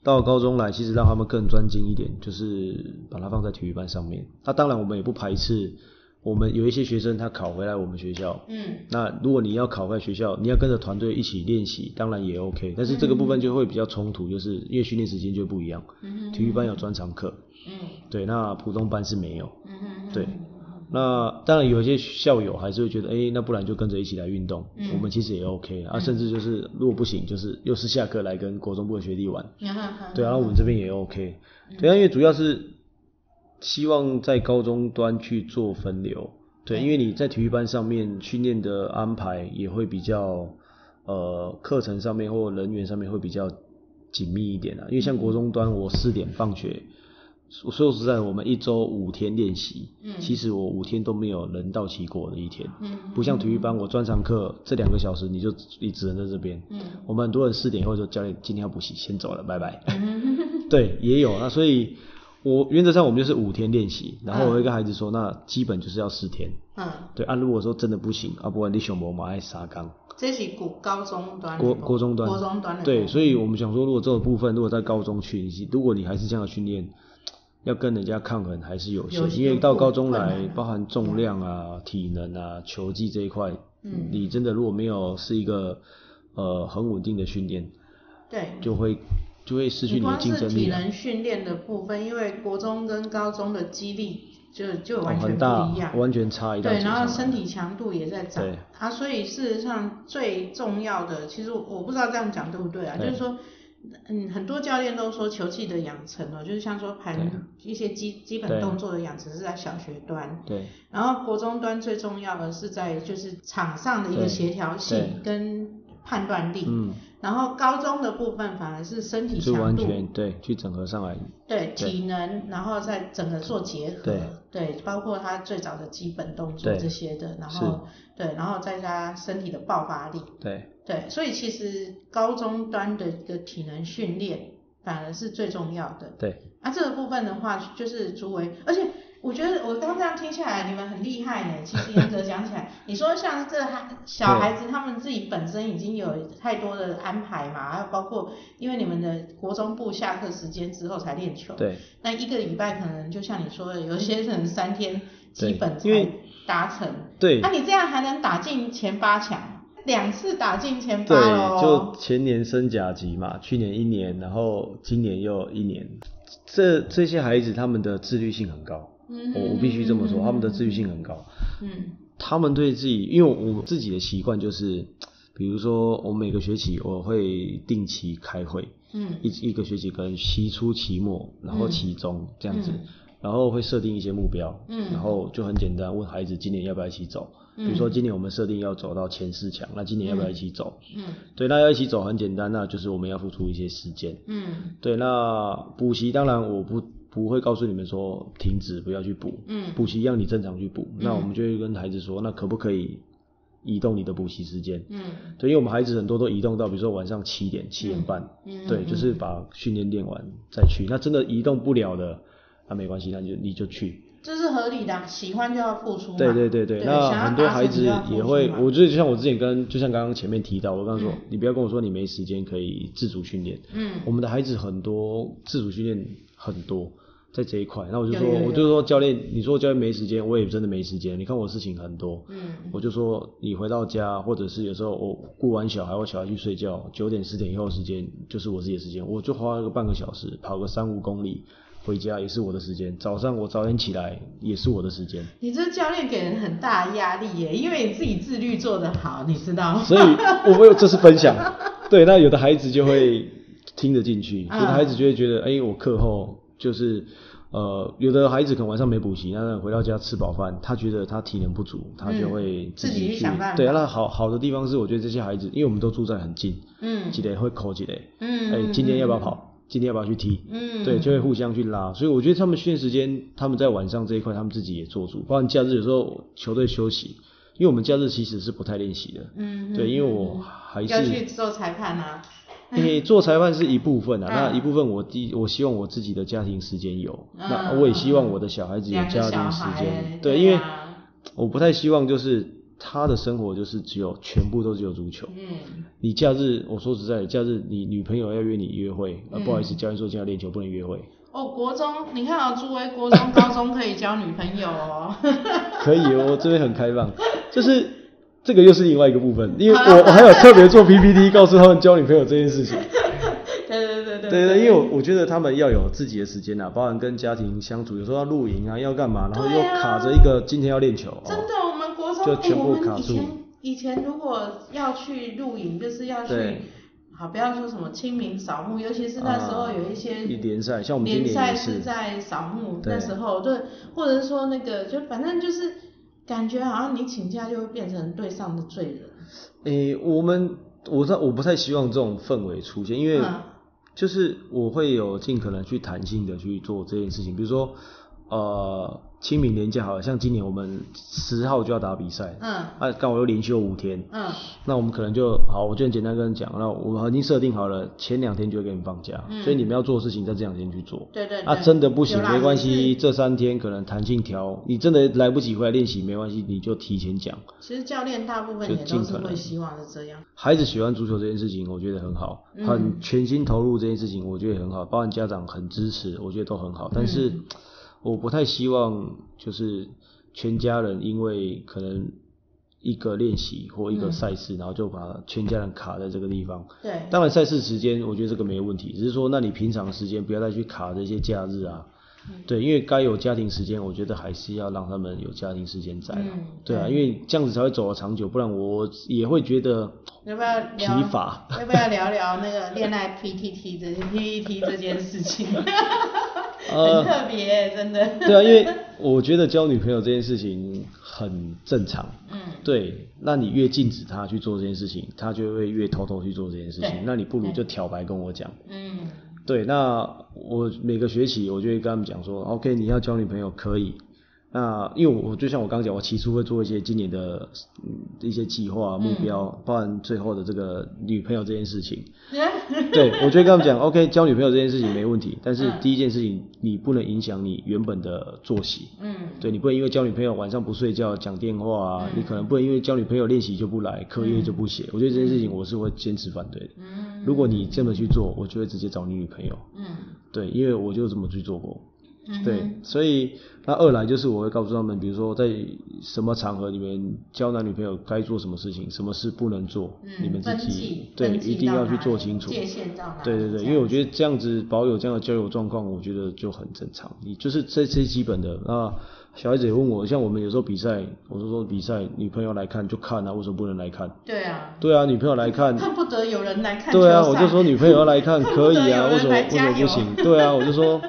到高中来，其实让他们更专精一点，就是把它放在体育班上面。那当然，我们也不排斥，我们有一些学生他考回来我们学校，嗯，那如果你要考在学校，你要跟着团队一起练习，当然也 OK。但是这个部分就会比较冲突，就是因为训练时间就不一样。嗯体育班有专长课，嗯对，那普通班是没有。嗯嗯，对那当然有一些校友还是会觉得，哎、那不然就跟着一起来运动，嗯我们其实也 OK 啊。甚至就是如果不行，就是又是下课来跟国中部的学弟玩，嗯，对啊，那我们这边也 OK。对啊，因为主要是希望在高中端去做分流，对，对因为你在体育班上面训练的安排也会比较，呃，课程上面或人员上面会比较紧密一点啊。因为像国中端，我四点放学，说说实在，我们一周五天练习，嗯其实我五天都没有人到齐过的一天，嗯不像体育班，我专长课这两个小时你就你只能在这边。嗯我们很多人四点以后就教练今天要补习，先走了，拜拜。嗯对，也有啊那所以我原则上我们就是五天练习，然后我会跟孩子说，那基本就是要四天。嗯，对啊，如果说真的不行啊，不然你选我马爱沙冈这是古高中端的国部分国中端，国中端的部分对，所以我们想说，如果这个部分如果在高中去，如果你还是这样的训练，要跟人家抗衡还是有限有，些因为到高中困来难啊，包含重量啊、体能啊、球技这一块，嗯你真的如果没有是一个呃很稳定的训练，对。就会就会失你去你的光竞是争体力啊。能训练的部分，因为国中跟高中的激励就就完全哦很不大一样，，完全差一大对，截上然来后身体强度也在涨对啊，所以事实上最重要的，其实我我不知道这样讲对不对啊，对就是说，嗯，很多教练都说球技的养成哦，就是像说对盘一些基基本对动作的养成是在小学端，对然后国中端最重要的是在就是场上的一个对协调性跟判断力，嗯，然后高中的部分反而是身体是强完度全对去整合上来，对对体能，然后再整个做结合，对包括他最早的基本动作对这些的，然后对，然后再加身体的爆发力，对对，所以其实高中端的一个体能训练反而是最重要的。对啊，这个部分的话就是朱维，而且我觉得我刚刚这样听下来，你们很厉害 呢。其实严格讲起来，你说像这孩小孩子他们自己本身已经有太多的安排嘛，还有包括因为你们的国中部下课时间之后才练球，对那一个礼拜可能就像你说的，有些人三天基对本才因为达成，对那、你这样还能打进前八强，两次打进前八对，喽就。前年升甲级嘛，去年一年，然后今年又一年，这这些孩子他们的自律性很高，嗯我我必须这么说，他们的自律性很高，嗯他们对自己，因为我自己的习惯就是，比如说我每个学期我会定期开会，嗯一一个学期可能期初、期末，然后嗯期中这样子，嗯然后会设定一些目标，嗯然后就很简单，问孩子今年要不要一起走。比如说今年我们设定要走到前四强，那今年要不要一起走？嗯对，那要一起走很简单，那就是我们要付出一些时间。嗯对，那补习当然我不不会告诉你们说停止不要去补，嗯补习让你正常去补。那嗯我们就会跟孩子说，那可不可以移动你的补习时间？嗯对，因为我们孩子很多都移动到，比如说晚上七点、七点半，嗯对，就是把训练练完再去。那真的移动不了的，那没关系，那你就你就去。这是合理的啊，喜欢就要付出嘛。对对对对，那想要很多达成孩子就要付也出会，嘛我觉得就像我之前跟，就像刚刚前面提到，我刚刚说，嗯你不要跟我说你没时间可以自主训练，嗯我们的孩子很多自主训练很多。在这一块，那我就有说，有有我就说教练，你说教练没时间，我也真的没时间。你看我事情很多，嗯我就说你回到家，或者是有时候我顾完小孩，我小孩去睡觉，九点十点以后的时间就是我自己的时间，我就花个半个小时跑个三五公里回家也是我的时间。早上我早点起来也是我的时间，你这教练给人很大的压力耶，因为你自己自律做得好，你知 道吗？所以我我有这是分享。对，那有的孩子就会听得进去，有嗯的孩子就会觉得，哎、我课后就是。呃，有的孩子可能晚上没补习，那回到家吃饱饭，他觉得他体能不足，他就会嗯自己去去。想办法对，那好好的地方是，我觉得这些孩子，因为我们都住在很近，嗯几类会扣几类，嗯哎、今天要不要跑？今天要不要去踢？嗯对，就会互相去拉。所以我觉得他们训练时间，他们在晚上这一块，他们自己也做主。包括假日有时候球队休息，因为我们假日其实是不太练习的。嗯对，因为我嗯还是要去做裁判啊。诶、做裁判是一部分啊，嗯那一部分我第我希望我自己的家庭时间有，嗯那我也希望我的小孩子有两个家小庭时孩间，，对因为啊我不太希望就是他的生活就是只有全部都只有足球。嗯，你假日，我说实在的，假日你女朋友要约你约会，啊，嗯不好意思，教练说今天要练球不能约会，哦，国中，你看哦，朱威国中、高中可以交女朋友哦。 可以哦，我这边很开放，就是这个又是另外一个部分，因为我我还有特别做 PPT 告诉他们交女朋友这件事情。对对对对对对，因为我我觉得他们要有自己的时间啊，包含跟家庭相处，有时候要露营啊，要干嘛，然后对又啊卡着一个今天要练球、真哦，的，我们国中，就哎、全部我们卡以住前以前如果要去露营，就是要去对，好，不要说什么清明扫墓，尤其是那时候啊有一些一联赛，像我们今联年赛也是是，在扫墓对那时候，对，或者是说那个，就反正就是感觉好像你请假就会变成队上的罪人。诶、我们我在我不太希望这种氛围出现，因为嗯就是我会有尽可能去弹性的去做这件事情，比如说呃清明年假好了，像今年我们十号就要打比赛，嗯啊刚好又连休五天，嗯那我们可能就好，我就很简单跟你讲，那我们已经设定好了，前两天就会给你放假，嗯所以你们要做的事情在这两天去做。对对对啊，真的不行有啦没关就系，是这三天可能弹性调，你真的来不及回来练习没关系，你就提前讲。其实教练大部分就也都尽是可会能希望是这样。孩子喜欢足球这件事情，我觉得很好，嗯很全心投入这件事情，我觉得也很好，包含家长很支持，我觉得都很好。但是嗯我不太希望就是全家人因为可能一个练习或一个嗯赛事，然后就把全家人卡在这个地方。对，当然，赛事时间我觉得这个没问题，只是说，那你平常时间不要再去卡这些假日啊。嗯对，因为该有家庭时间，我觉得还是要让他们有家庭时间在啊、嗯对啊，对因为这样子才会走得长久，不然我也会觉得要不要疲聊？乏。要不要聊聊那个恋爱 PTT 这 PET 这件事 情？很呃，特别，真的。 对啊，因为我觉得交女朋友这件事情很正常。嗯，对，那你越禁止他去做这件事情，他就会越偷偷去做这件事对情。那你不如对就挑白跟我讲。嗯，对，那我每个学期我就会跟他们讲说，OK，你要交女朋友可以。那因为我就像我刚刚讲，我起初会做一些今年的、嗯、一些计划、目标，嗯包含最后的这个女朋友这件事情。对，我就会跟他们讲，OK，交女朋友这件事情没问题，但是嗯第一件事情你不能影响你原本的作息。嗯，对你不能因为交女朋友晚上不睡觉讲电话啊，嗯你可能不能因为交女朋友练习就不来，课业就不写。我觉得这件事情我是会坚持反对的。嗯，如果你这么去做，我就会直接找你女朋友。嗯，对，因为我就这么去做过。嗯，对，所以那二来就是我会告诉他们，比如说在什么场合里面交男女朋友该做什么事情，什么事不能做，嗯，你们自分己歧对分歧一定到要去哪做里清楚。界限到哪里？对对对，因为我觉得这样子保有这样的交友状况，我觉得就很正常。你就是这这基本的。那小孩子也问我，像我们有时候比赛，我就说比赛女朋友来看就看啊，为什么不能来看？对啊，对啊，女朋友来看恨不得有人来看球赛。对啊，我就说女朋友要 来看恨可不以得啊，有为人什么来为什加么油不行？对啊，我就 说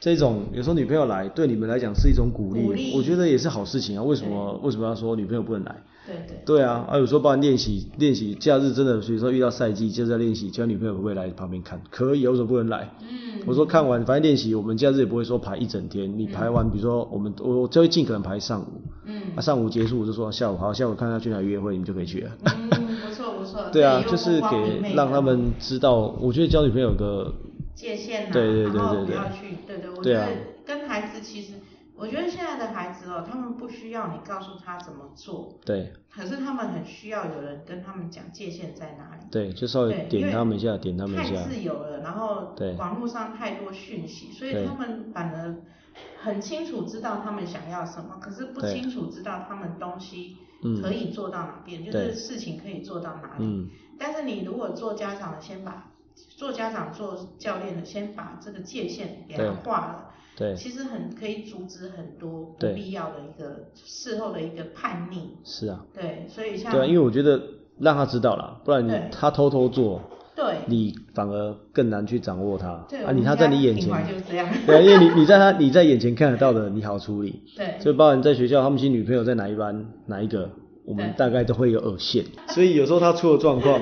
这种有时候女朋友来对你们来讲是一种鼓励，鼓励我觉得也是好事情啊。为什么为什么要说女朋友不能来？对对，对啊，啊有时候帮你练习练习，假日真的比如说遇到赛季就是在练习，叫女朋友可不可以来旁边看？可以啊，为什么不能来？嗯，我说看完，反正练习我们假日也不会说排一整天，你排完，比如说我们我我就会尽可能排上午，嗯啊上午结束我就说下午好，下午看他去哪里约会，你们就可以去了。嗯，不错不错，对啊，这幽就默是光明媚给的让他们知道，我觉得交女朋友有个，界限啊，对对对然后对不对要去，对对，我觉对得啊跟孩子其实，我觉得现在的孩子哦，他们不需要你告诉他怎么做，对可是他们很需要有人跟他们讲界限在哪里。对，就稍微对因点为他们一下，点他们一太下，自由了，然后对网络上太多讯息，所以对他们反而很清楚知道他们想要什么，可是不对清楚知道他们东西嗯可以做到哪边，就是对事情可以做到哪里。嗯，但是你如果做家长的，先把做家长做教练的，先把这个界限给它对画了，对，其实很可以阻止很多不对必要的一个事后的一个叛逆。是啊，对，所以像对啊，因为我觉得让他知道啦，不对然他偷偷做，对你反而更难去掌握他，对啊，我们你他在家你眼平前怀，就是这样。对啊，因为你你在他你在眼前看得到的，你好处理，对，所以包含在学校，他们新女朋友在哪一班哪一个，我们对大概都会有耳线。所以有时候他出了状 况，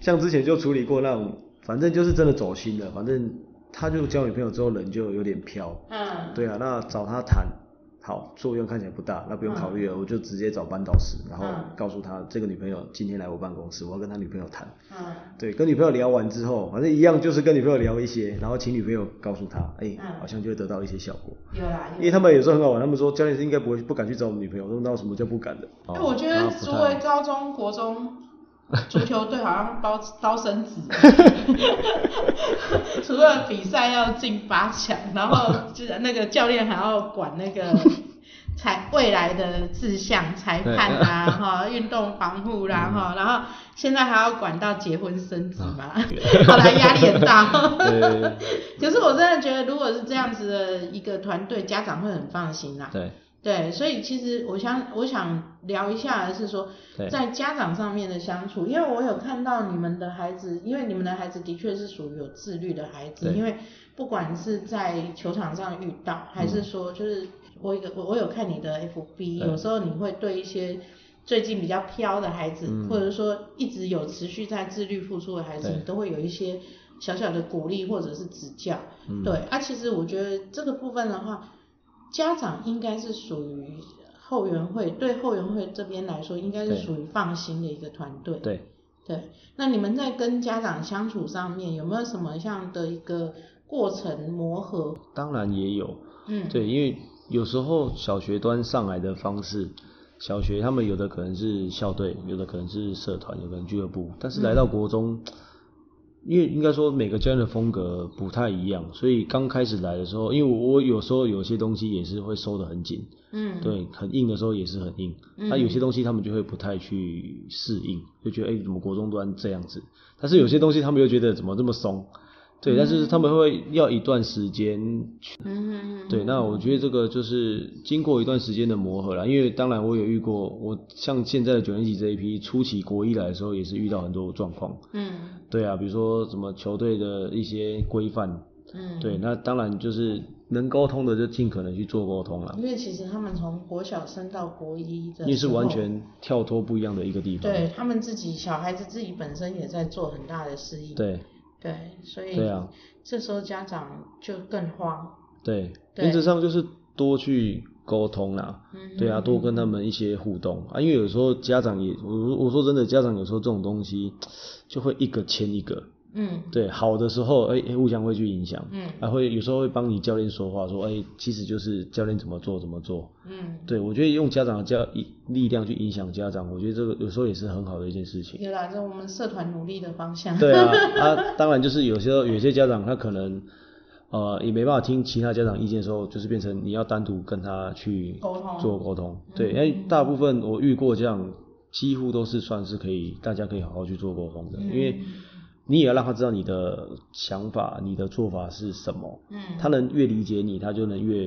像之前就处理过那种，反正就是真的走心了，反正他就交女朋友之后人就有点飘。嗯，对啊，那找他谈，好，作用看起来不大，那不用嗯考虑了，我就直接找班导师，然后嗯告诉他这个女朋友今天来我办公室，我要跟他女朋友谈。嗯对，跟女朋友聊完之后，反正一样就是跟女朋友聊一些，然后请女朋友告诉他，哎、嗯好像就会得到一些效果。有啦，因有为啦。他们有时候很好玩，他们说教练是应该不会不敢去找我们女朋友，那那什么叫不敢的？因哎为我觉得哦不作太为高中国 中足球队好像包刀生子，除了比赛要进八强，然后就是那个教练还要管那 个裁未来的志向、裁判啦、哈运动防护嗯啦、哈，然后现在还要管到结婚生子嘛，嗯 后来压力很 大。可是我真的觉得，如果是这样子的一个团队，家长会很放心啦、啊对对，所以其实我想我想聊一下的是说，对在家长上面的相处，因为我有看到你们的孩子，因为你们的孩子的确是属于有自律的孩子，对因为不管是在球场上遇到，还是说就是我有一个我我有看你的 FB，嗯对有时候你会对一些。最近比较飘的孩子，嗯或者说一直有持续在自律付出的孩子，对你都会有一些小小的鼓励或者是指教。嗯对啊，其实我觉得这个部分的话，家长应该是属于后援会，对后援会这边来说，应该是对属于放心的一个团队。对，对，那你们在跟家长相处上面有没有什么样的一个过程磨合？当然也有，嗯，对，因为有时候小学端上来的方式，小学他们有的可能是校队，有的可能是社团，有的可能俱乐部，但是来到国中，因为应该说每个教练的风格不太一样，所以刚开始来的时候，因为我我有时候有些东西也是会收得很紧，嗯，对，很硬的时候也是很硬。那、有些东西他们就会不太去适应，就觉得哎、诶怎么国中端这样子？但是有些东西他们又觉得怎么这么松？对，但是他们会要一段时间嗯，嗯，嗯对，那我觉得这个就是经过一段时间的磨合啦，因为当然我有遇过，我像现在的九年级这一批初期国一来的时候，也是遇到很多状况。嗯对啊，比如说什么球队的一些规范，嗯，对，那当然就是能沟通的就尽可能去做沟通啦，因为其实他们从国小升到国一的时候，因为是完全跳脱不一样的一个地方。对他们自己小孩子自己本身也在做很大的适应。对对，所以对啊这时候家长就更慌。对，对原则上就是多去沟通啦。嗯，对啊，多跟他们一些互动啊，因为有时候家长也，我我说真的，家长有时候这种东西就会一个牵一个，嗯对，好的时候哎、哎互相会去影响，嗯啊会有时候会帮你教练说话，说哎、其实就是教练怎么做怎么做，嗯，对我觉得用家长的教力量去影响家长，我觉得这个有时候也是很好的一件事情。有啦，这我们社团努力的方向。对啊，啊，当然就是有些有些家长他可能，呃，也没办法听其他家长意见的时候，就是变成你要单独跟他去沟通嗯做沟通。对，因为大部分我遇过这样，几乎都是算是可以，大家可以好好去做沟通的，嗯因为你也要让他知道你的想法、你的做法是什么，嗯，他能越理解你，他就能越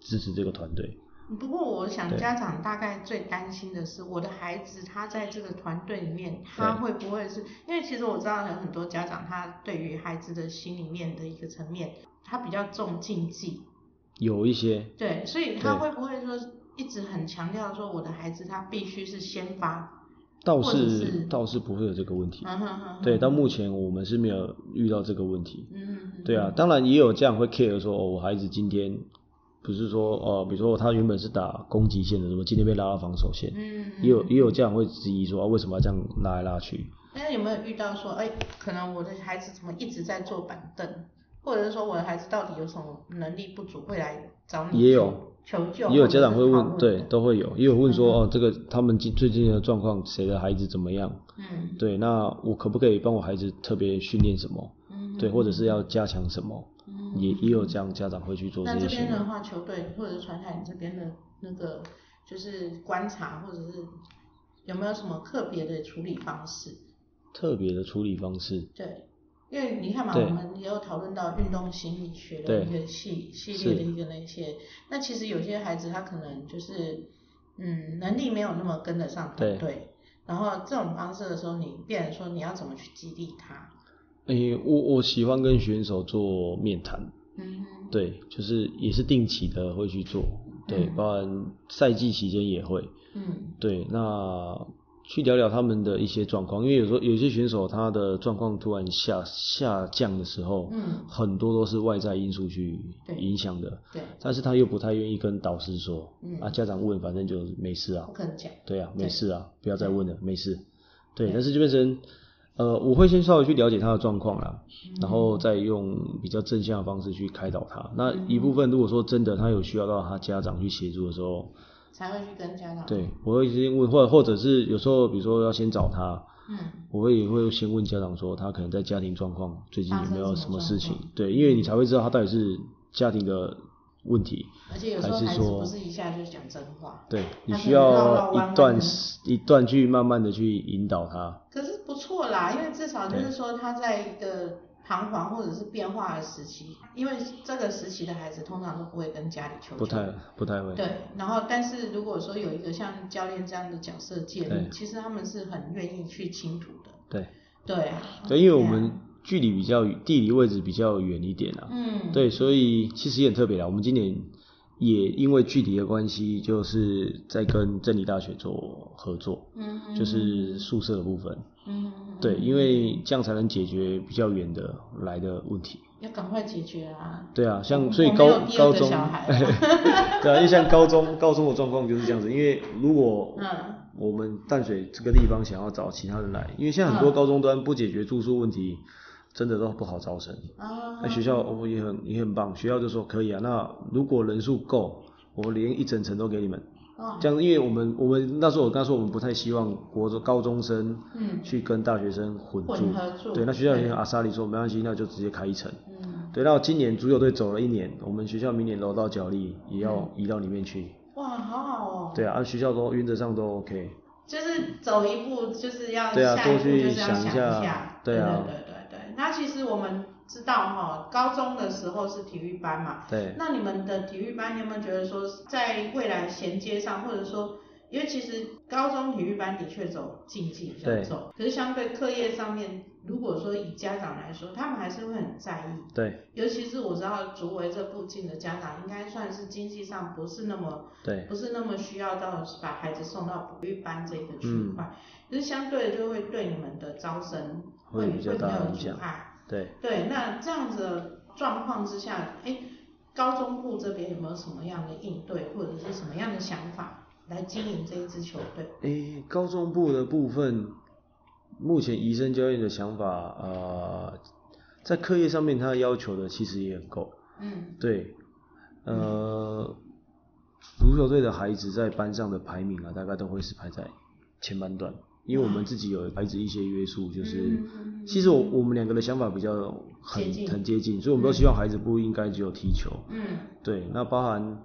支持这个团队。不过我想对家长大概最担心的是，我的孩子他在这个团队里面，他会不会是因为其实我知道有很多家长他对于孩子的心里面的一个层面，他比较重竞技，有一些，对，所以他对会不会说一直很强调说我的孩子他必须是先 发，倒或者是是倒是不会有这个问题。嗯哼哼哼对，到目前我们是没有遇到这个问题。嗯嗯，对啊，当然也有这样会 care 说，哦，我孩子今天不是说哦，比如说他原本是打攻击线的，怎么今天被拉到防守线？嗯，嗯也有也有这样会质疑说，啊，为什么要这样拉来拉去？那有没有遇到说，哎、可能我的孩子怎么一直在坐板凳，或者是说我的孩子到底有什么能力不足，会来找你也有求求救，啊也有家长或会者问，是讨对，论的，都会有，也有问说，哦，这个他们近最近的状况，谁的孩子怎么样？嗯对，那我可不可以帮我孩子特别训练什么？嗯，对，或者是要加强什么？嗯也也有这样家长会去做那这这些边训练的。话，球队或者是传产这边的那个就是观察，或者是有没有什么特别的处理方式？特别的处理方式，对，因为你看嘛，对我们也有讨论到运动心理学的对一个系系是列的一个那些，那其实有些孩子他可能就是，嗯，能力没有那么跟得上团对队，然后这种方式的时候，你变成说你要怎么去激励他？诶、我我喜欢跟选手做面谈，嗯对，就是也是定期的会去做，对，嗯包含赛季期间也会，嗯对，那去聊聊他们的一些状况，因为有时候有些选手他的状况突然下下降的时候，嗯很多都是外在因素去对影响的，对，但是他又不太愿意跟导师说，嗯啊，家长问反正就没事啊不，肯讲，对啊，对没事啊，不要再问了，没事。对，对但是就变成，呃，我会先稍微去了解他的状况啦，然后再用比较正向的方式去开导他。那一部分如果说真的他有需要到他家长去协助的时候，才会去跟家长，对我会先问，或者或者是有时候比如说要先找他，嗯，我会也会先问家长说他可能在家庭状况最近发有没生有什什么么事状情况，对，因为你才会知道他到底是家庭的问题。而且有时候还是孩子说不是一下就讲真话，对你他可需能绕绕要弯弯一段的时一段去慢慢的去引导他，可是不错啦，因为至少就是对说他在一个彷徨或者是变化的时期，因为这个时期的孩子通常都不会跟家里求救。不太不太会。对，然后但是如果说有一个像教练这样的角色介入，对其实他们是很愿意去倾吐的。对对啊。对，因为我啊们距离比较地理位置比较远一点啊，嗯，对，所以其实也很特别啦。我们今年也因为距离的关系，就是在跟真理大学做合作，嗯，嗯，就是宿舍的部分。嗯，嗯对，嗯因为这样才能解决比较远的来的问题。要赶快解决啊。对啊，我像所以我没高有第二高个中，小孩 对啊，就像高中高中的状况就是这样子，因为如果嗯，我们淡水这个地方想要找其他人来，因为现在很多嗯高中端不解决住宿问题，真的都不好招生。啊，那学校我也很也很棒，学校就说可以啊，那如果人数够，我连一整层都给你们。哦，这样，因为我们我们那时候我刚说我们不太希望国中高中生嗯去跟大学生混住，混合住对，那学校也对跟阿萨里说没关系，那就直接开一层。嗯，对，那今年足球队走了一年，我们学校明年楼到脚力也要移到里面去。哇，好好嗯哦。对啊，按学校都原则上都 OK。就是走一步，就是要对啊下一步多去就是要想想一一下对对啊对对对对。那其实我们知道哈，高中的时候是体育班嘛，对，那你们的体育班，你有没有觉得说，在未来衔接上，或者说，因为其实高中体育班的确走竞技比较对重，可是相对课业上面，如果说以家长来说，他们还是会很在意，对尤其是我知道竹围这附近的家长，应该算是经济上不是那么对不是那么需要到把孩子送到补育班这个区嗯块，可是相对就会对你们的招生会会比较会大的有影阻响碍。对，对，那这样子的状况之下，哎，高中部这边有没有什么样的应对，或者是什么样的想法来经营这一支球队？诶、高中部的部分，目前医生教练的想法，呃，在课业上面他要求的其实也很够，嗯对，呃，足球队的孩子在班上的排名啊，大概都会是排在前半段，因为我们自己有孩子一些约束，就是嗯嗯嗯嗯其实我我们两个的想法比较很接近很接近，所以我们都希望孩子不应该只有踢球，嗯对，那包含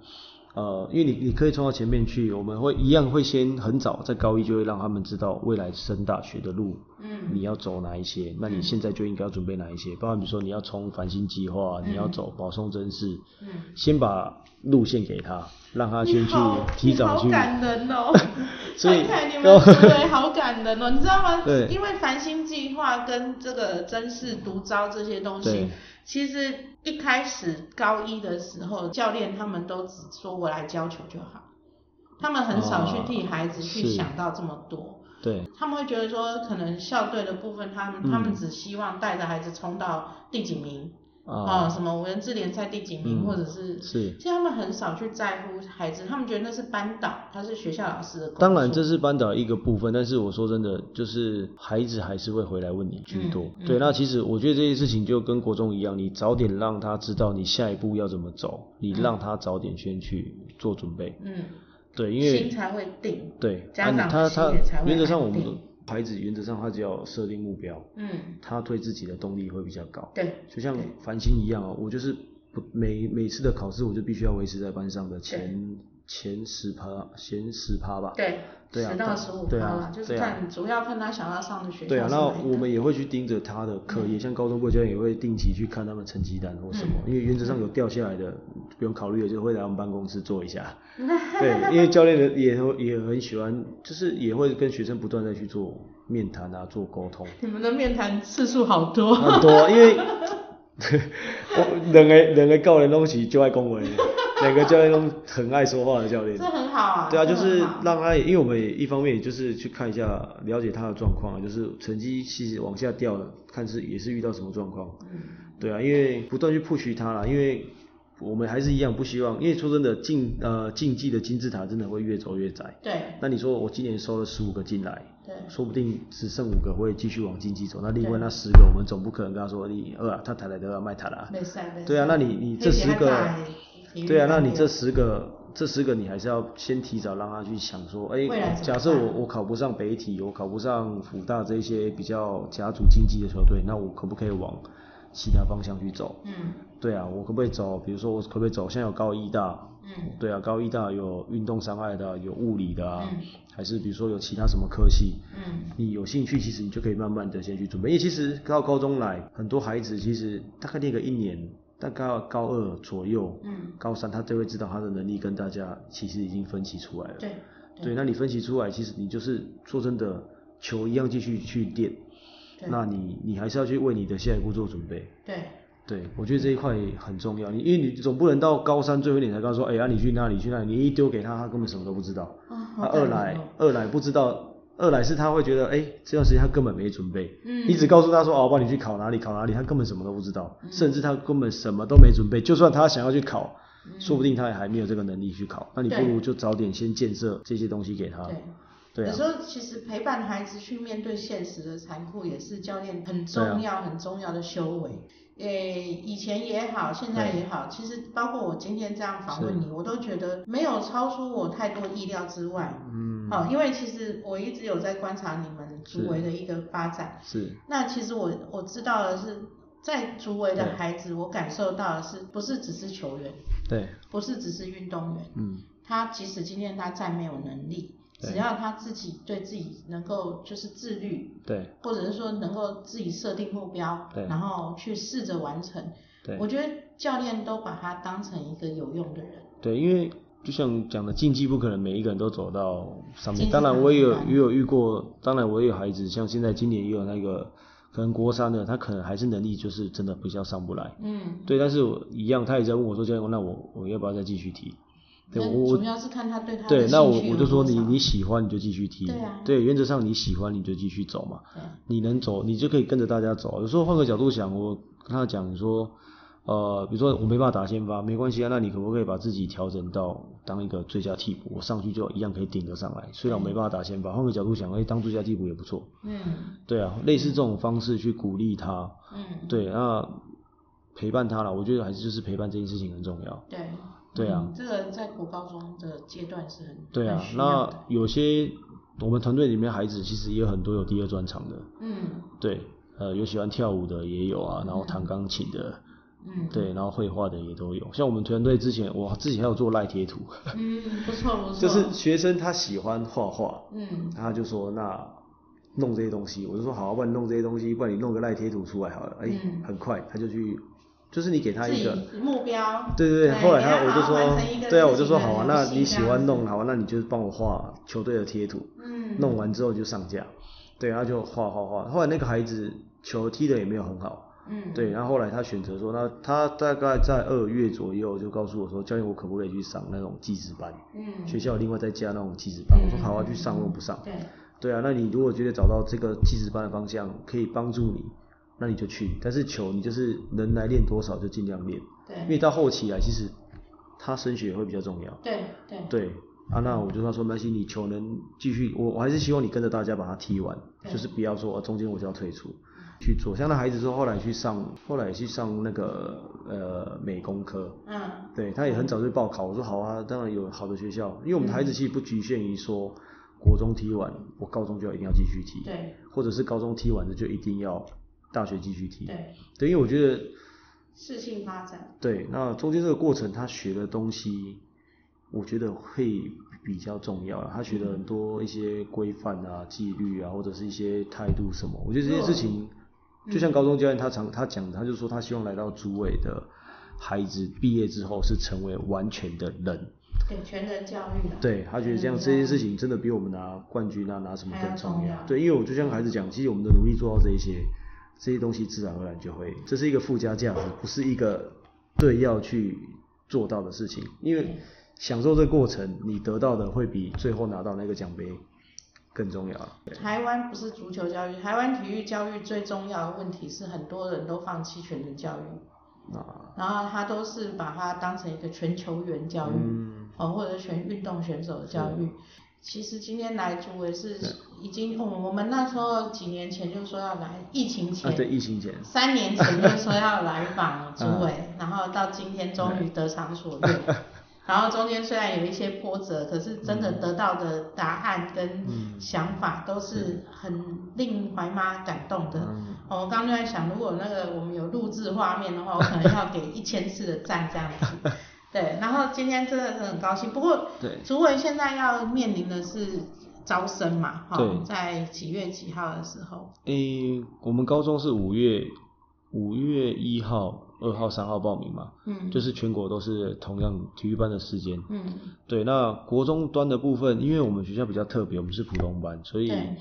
呃，因为你你可以冲到前面去，我们会一样会先很早在高一就会让他们知道未来升大学的路嗯你要走哪一些，那嗯你现在就应该要准备哪一些，包含比如说你要冲繁星计划，嗯你要走保送真试，嗯，先把路线给他，让他先你去好提早去，你好，感人哦 所以安排你们对，好感人哦，你知道吗？ 对因为繁星计划跟这个真是独招这些东西对，其实一开始高一的时候，教练他们都只说我来教球就好，他们很少去替孩子去啊是想到这么多。哦对他们会觉得说，可能校队的部分，他们、嗯他们只希望带着孩子冲到第几名，哦，啊，什么文字联赛第几名，嗯或者是是，其实他们很少去在乎孩子，他们觉得那是班导，他是学校老师的工作。当然这是班导一个部分，但是我说真的，就是孩子还是会回来问你居多。嗯对，嗯那其实我觉得这些事情就跟国中一样，你早点让他知道你下一步要怎么走，你让他早点先去做准备。嗯，对，因心为才会定。对，家长啊他心他也才会原则上我们安定孩子原则上他只要设定目标，嗯，他对自己的动力会比较高。对，就像繁星一样啊、我就是不每每次的考试我就必须要维持在班上的前前十趴前十趴吧。对，对啊十到十五趴对啦啊，就是对啊看主要看他想要上的嗯学校对啊，是那哪一个我们也会去盯着他的课业，像高中部教练也会定期去看他们成绩单或什么，嗯因为原则上有掉下来的，不用考虑的就会来我们办公室做 一下。对，因为教练的也会也很喜欢，就是也会跟学生不断的去做面谈啊，做沟通， 你们的面谈次数好多。啊很多，因为我两个两个教练拢是就爱讲话的，两个教练都很爱说话的教练这。很好啊。对啊，这就是很好让他也，因为我们也一方面也就是去看一下，了解他的状况啊，就是成绩其实往下掉了，看是也是遇到什么状况。嗯对啊，因为不断去 push 他啦，因为我们还是一样不希望，因为说真的，竞呃竞技的金字塔真的会越走越窄。对那你说我今年收了十五个进来，对说不定只剩五个会继续往竞技走，那另外对那十个我们总不可能跟他说你呃，他塔来的卖塔啦，没事没事对啊那你你这十个对啊，那你这十个，这十个你还是要先提早让他去想说，哎、未来怎么假设办我我考不上北体，我考不上福大这一些比较甲组竞技的球队，那我可不可以往其他方向去走？嗯对啊，我可不可以走？比如说我可不可以走？现在有高医大，嗯对啊，高医大有运动伤害的，有物理的啊，嗯还是比如说有其他什么科系？嗯你有兴趣，其实你就可以慢慢的先去准备，因为其实到高中来，很多孩子其实大概练个一年，大概高二左右，嗯，高三他就会知道他的能力跟大家其实已经分歧出来了。对对，那你分歧出来，其实你就是说真的，球一样继续去练，对那你你还是要去为你的下一步做准备。对对，我觉得这一块也很重要，你因为你总不能到高三最后一年才跟他说，哎、呀、你去哪里去哪里，你一丢给他，他根本什么都不知道。啊他二来，二来不知道，二来是他会觉得，哎、这段时间他根本没准备。嗯你只告诉他说，哦，我帮你去考哪里考哪里，他根本什么都不知道，甚至他根本什么都没准备。就算他想要去考，说不定他也还没有这个能力去考。那你不嗯对如就早点先建设这些东西给他。对。对有啊时，候其实陪伴孩子去面对现实的残酷，也是教练很重对要、很重要的修为。诶，以前也好，现在也好，其实包括我今天这样访问你，我都觉得没有超出我太多意料之外。嗯，哦，因为其实我一直有在观察你们是竹围的一个发展。是，那其实我我知道的是，在竹围的孩子，我感受到的是，不是只是球员，对，不是只是运动员，嗯，他即使今天他再没有能力，对只要他自己对自己能够就是自律，对，或者是说能够自己设定目标对，然后去试着完成，对，我觉得教练都把他当成一个有用的人，对，因为就像讲的，竞技不可能每一个人都走到上竞面。技当然，我也有很难也有遇过，当然我也有孩子，像现在今年也有那个，可能国三的，他可能还是能力就是真的比较上不来。嗯，对，但是我一样，他也在问我说：“教练，那我我要不要再继续踢？”对那我我主要是看他对他的对，那我兴趣有我就说多你少你喜欢你就继续踢，对啊原则上你喜欢你就继续走嘛，对你能走你就可以跟着大家走。有时候换个角度想，我跟他讲说，呃，比如说我没办法打先发，没关系啊，那你可不可以把自己调整到当一个最佳替补，我上去就一样可以顶得上来。虽然我没办法打先发，换个角度想，哎、当最佳替补也不错。嗯对啊，类似这种方式去鼓励他，嗯对，啊那陪伴他了，我觉得还是就是陪伴这件事情很重要。对对啊嗯这个在国高中的阶段是很对啊很，需要的那有些我们团队里面孩子其实也有很多有第二专长的，嗯对，呃，有喜欢跳舞的也有啊，然后弹钢琴的，嗯对，然后绘画的也都有。像我们团队之前，我自己还有做赖贴图，嗯不错不错， 就是学生他喜欢画画，嗯他就说那弄这些东西，我就说好、啊，不然你弄这些东西，不然你弄个赖贴图出来好了，哎、嗯很快他就去，就是你给他自一己个。目标，对对对，后来他你我要就好好完成一说，个对啊，自我就己说的好啊，游那戏你这喜样欢子弄，好啊，那你就是帮我画球队的贴图，嗯弄完之后就上架，对，然后就画画画。后来那个孩子球踢的也没有很好，嗯对，然后后来他选择说，那他大概在二月左右就告诉我说，教练我可不可以去上那种技职班？嗯学校另外再加那种技职班，我说好啊，去上，为什么不上？对对啊，那你如果觉得找到这个技职班的方向可以帮助你，那你就去。但是球你就是能来练多少就尽量练，因对为到后期啊来其实他升学也会比较重要。对对对啊，那我就跟他说没关系，你球能继续，我我还是希望你跟着大家把它踢完，对就是不要说、啊、中间我就要退出去做。像那孩子说后来去上，后来去上那个呃美工科，嗯对，他也很早就报考。我说好啊，当然有好的学校，因为我们嗯的孩子其实不局限于说国中踢完，我高中就要一定要继续踢，对或者是高中踢完的就一定要大学继续踢。对对，因为我觉得适性发展，对，那中间这个过程，他学的东西，我觉得会比较重要了。他学了很多一些规范啊、纪律啊，或者是一些态度什么。我觉得这些事情，就像高中教练他常他讲的，他就说他希望来到组委的孩子毕业之后是成为完全的人。对全人教育啊，对他觉得这样嗯这件事情真的比我们拿冠军啊拿什么还更要重哎重要要。对，因为我就像孩子讲，其实我们的努力做到这一些，这些东西自然而然就会，这是一个附加价值，不是一个对要去做到的事情，因为嗯享受这过程，你得到的会比最后拿到那个奖杯更重要。台湾不是足球教育，台湾体育教育最重要的问题是很多人都放弃全人教育，啊，然后他都是把它当成一个全球员教育，嗯，哦，或者选运动选手的教育。其实今天来主也是已经，哦我、我们那时候几年前就说要来，疫情前，啊，对，疫情前，三年前就说要来访主委，嗯然后到今天终于得偿所愿。 然后中间虽然有一些波折，可是真的得到的答案跟想法都是很令怀妈感动的。嗯哦我刚刚就在想，如果那个我们有录制画面的话，我可能要给一千次的赞这样 子。对，然后今天真的是很高兴。不过对，主委现在要面临的是招生嘛，哈、对在几月几号的时候？诶、我们高中是五月五月一号、二号、三号报名嘛，嗯，就是全国都是同样体育班的时间。嗯，对，那国中端的部分，因为我们学校比较特别，我们是普通班，所以对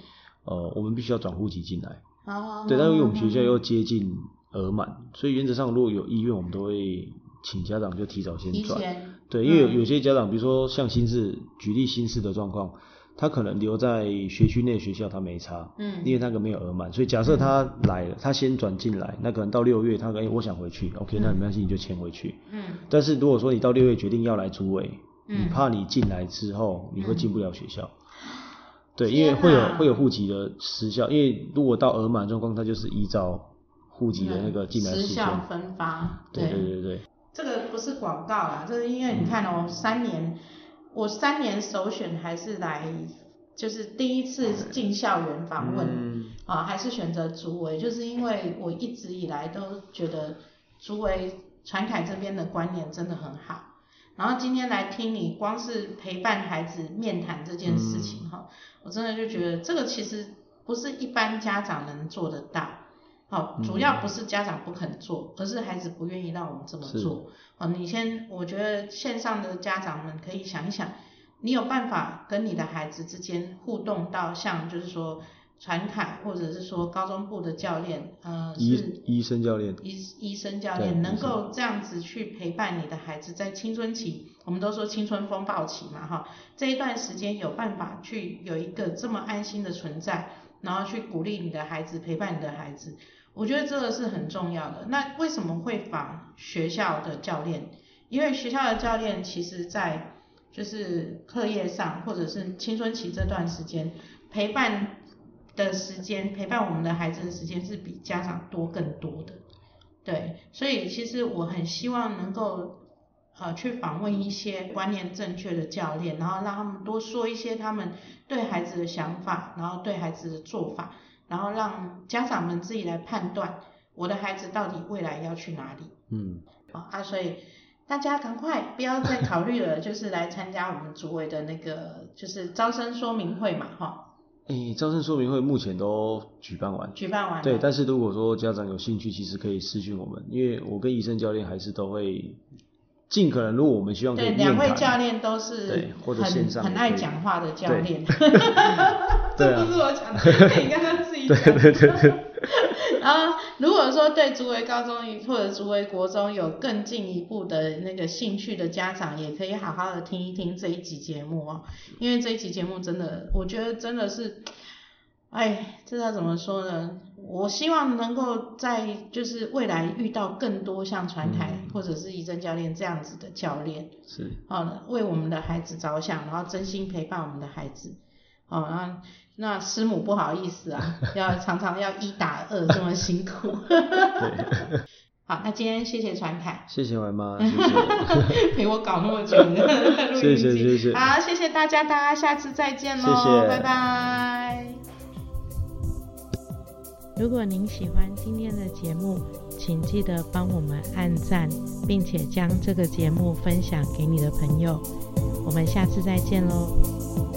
呃，我们必须要转户籍进来。哦，对，但因为我们学校又接近额满，所以原则上如果有意愿，我们都会请家长就提早先提转。前，对，因为有嗯有些家长，比如说像新市，举例新市的状况，他可能留在学区内学校，他没差，嗯因为那个没有额满，所以假设他来了，他先转进来，那可能到六月，他可能、哎我想回去，OK，那没关系，你就签回去。嗯但是如果说你到六月决定要来组委，嗯你怕你进来之后你会进不了学校，对，嗯因天为会有哪会有户籍的时效，因为如果到额满状况，它就是依照户籍的那个进来时时间，效分发，对对对对，这个不是广告啦，这是因为你看嗯哦、三年，我三年首选还是来，就是第一次进校园访问，嗯啊，还是选择竹围，就是因为我一直以来都觉得竹围传凯这边的观念真的很好。然后今天来听你光是陪伴孩子面谈这件事嗯情哈、我真的就觉得这个其实不是一般家长能做得到。好，主要不是家长不肯做，而是孩子不愿意让我们这么嗯是做。哦，你先，我觉得线上的家长们可以想一想，你有办法跟你的孩子之间互动到像就是说传凯或者是说高中部的教练，呃，是医医生教练，医医生教对练能医生够这样子去陪伴你的孩子，在青春期，我们都说青春风暴期嘛，哈，这一段时间有办法去有一个这么安心的存在，然后去鼓励你的孩子，陪伴你的孩子，我觉得这个是很重要的。那为什么会仿学校的教练？因为学校的教练其实在就是课业上，或者是青春期这段时间陪伴。的时间陪伴我们的孩子的时间是比家长多更多的，对，所以其实我很希望能够呃去访问一些观念正确的教练，然后让他们多说一些他们对孩子的想法，然后对孩子的做法，然后让家长们自己来判断我的孩子到底未来要去哪里。嗯，啊啊，所以大家赶快不要再考虑了，就是来参加我们组委的那个就是招生说明会嘛，哈，诶，招生说明会目前都举办完，举办完了对，但是如果说家长有兴趣，其实可以私讯我们，因为我跟医生教练还是都会尽可能，如果我们希望可以对，面两位谈教练都是对或者线很上很也爱可以讲话的教对练， 对这啊不是我讲的，是你刚刚自己讲。对对对。 然后，如果说对竹围高中或者竹围国中有更进一步的那个兴趣的家长，也可以好好的听一听这一集节目哦，因为这一集节目真的，我觉得真的是，哎，这要怎么说呢？我希望能够在就是未来遇到更多像传凯、嗯或者是怡珍教练这样子的教练，是哦，为我们的孩子着想，然后真心陪伴我们的孩子。哦，那那师母不好意思啊，要常常要一打二，这么辛苦。 好，那今天谢谢传凯谢谢怀妈，谢 谢，陪我搞那么久 的录音机，谢谢谢谢好，谢谢大家，大家下次再见喽，谢谢拜拜。如果您喜欢今天的节目，请记得帮我们按赞，并且将这个节目分享给你的朋友。我们下次再见喽。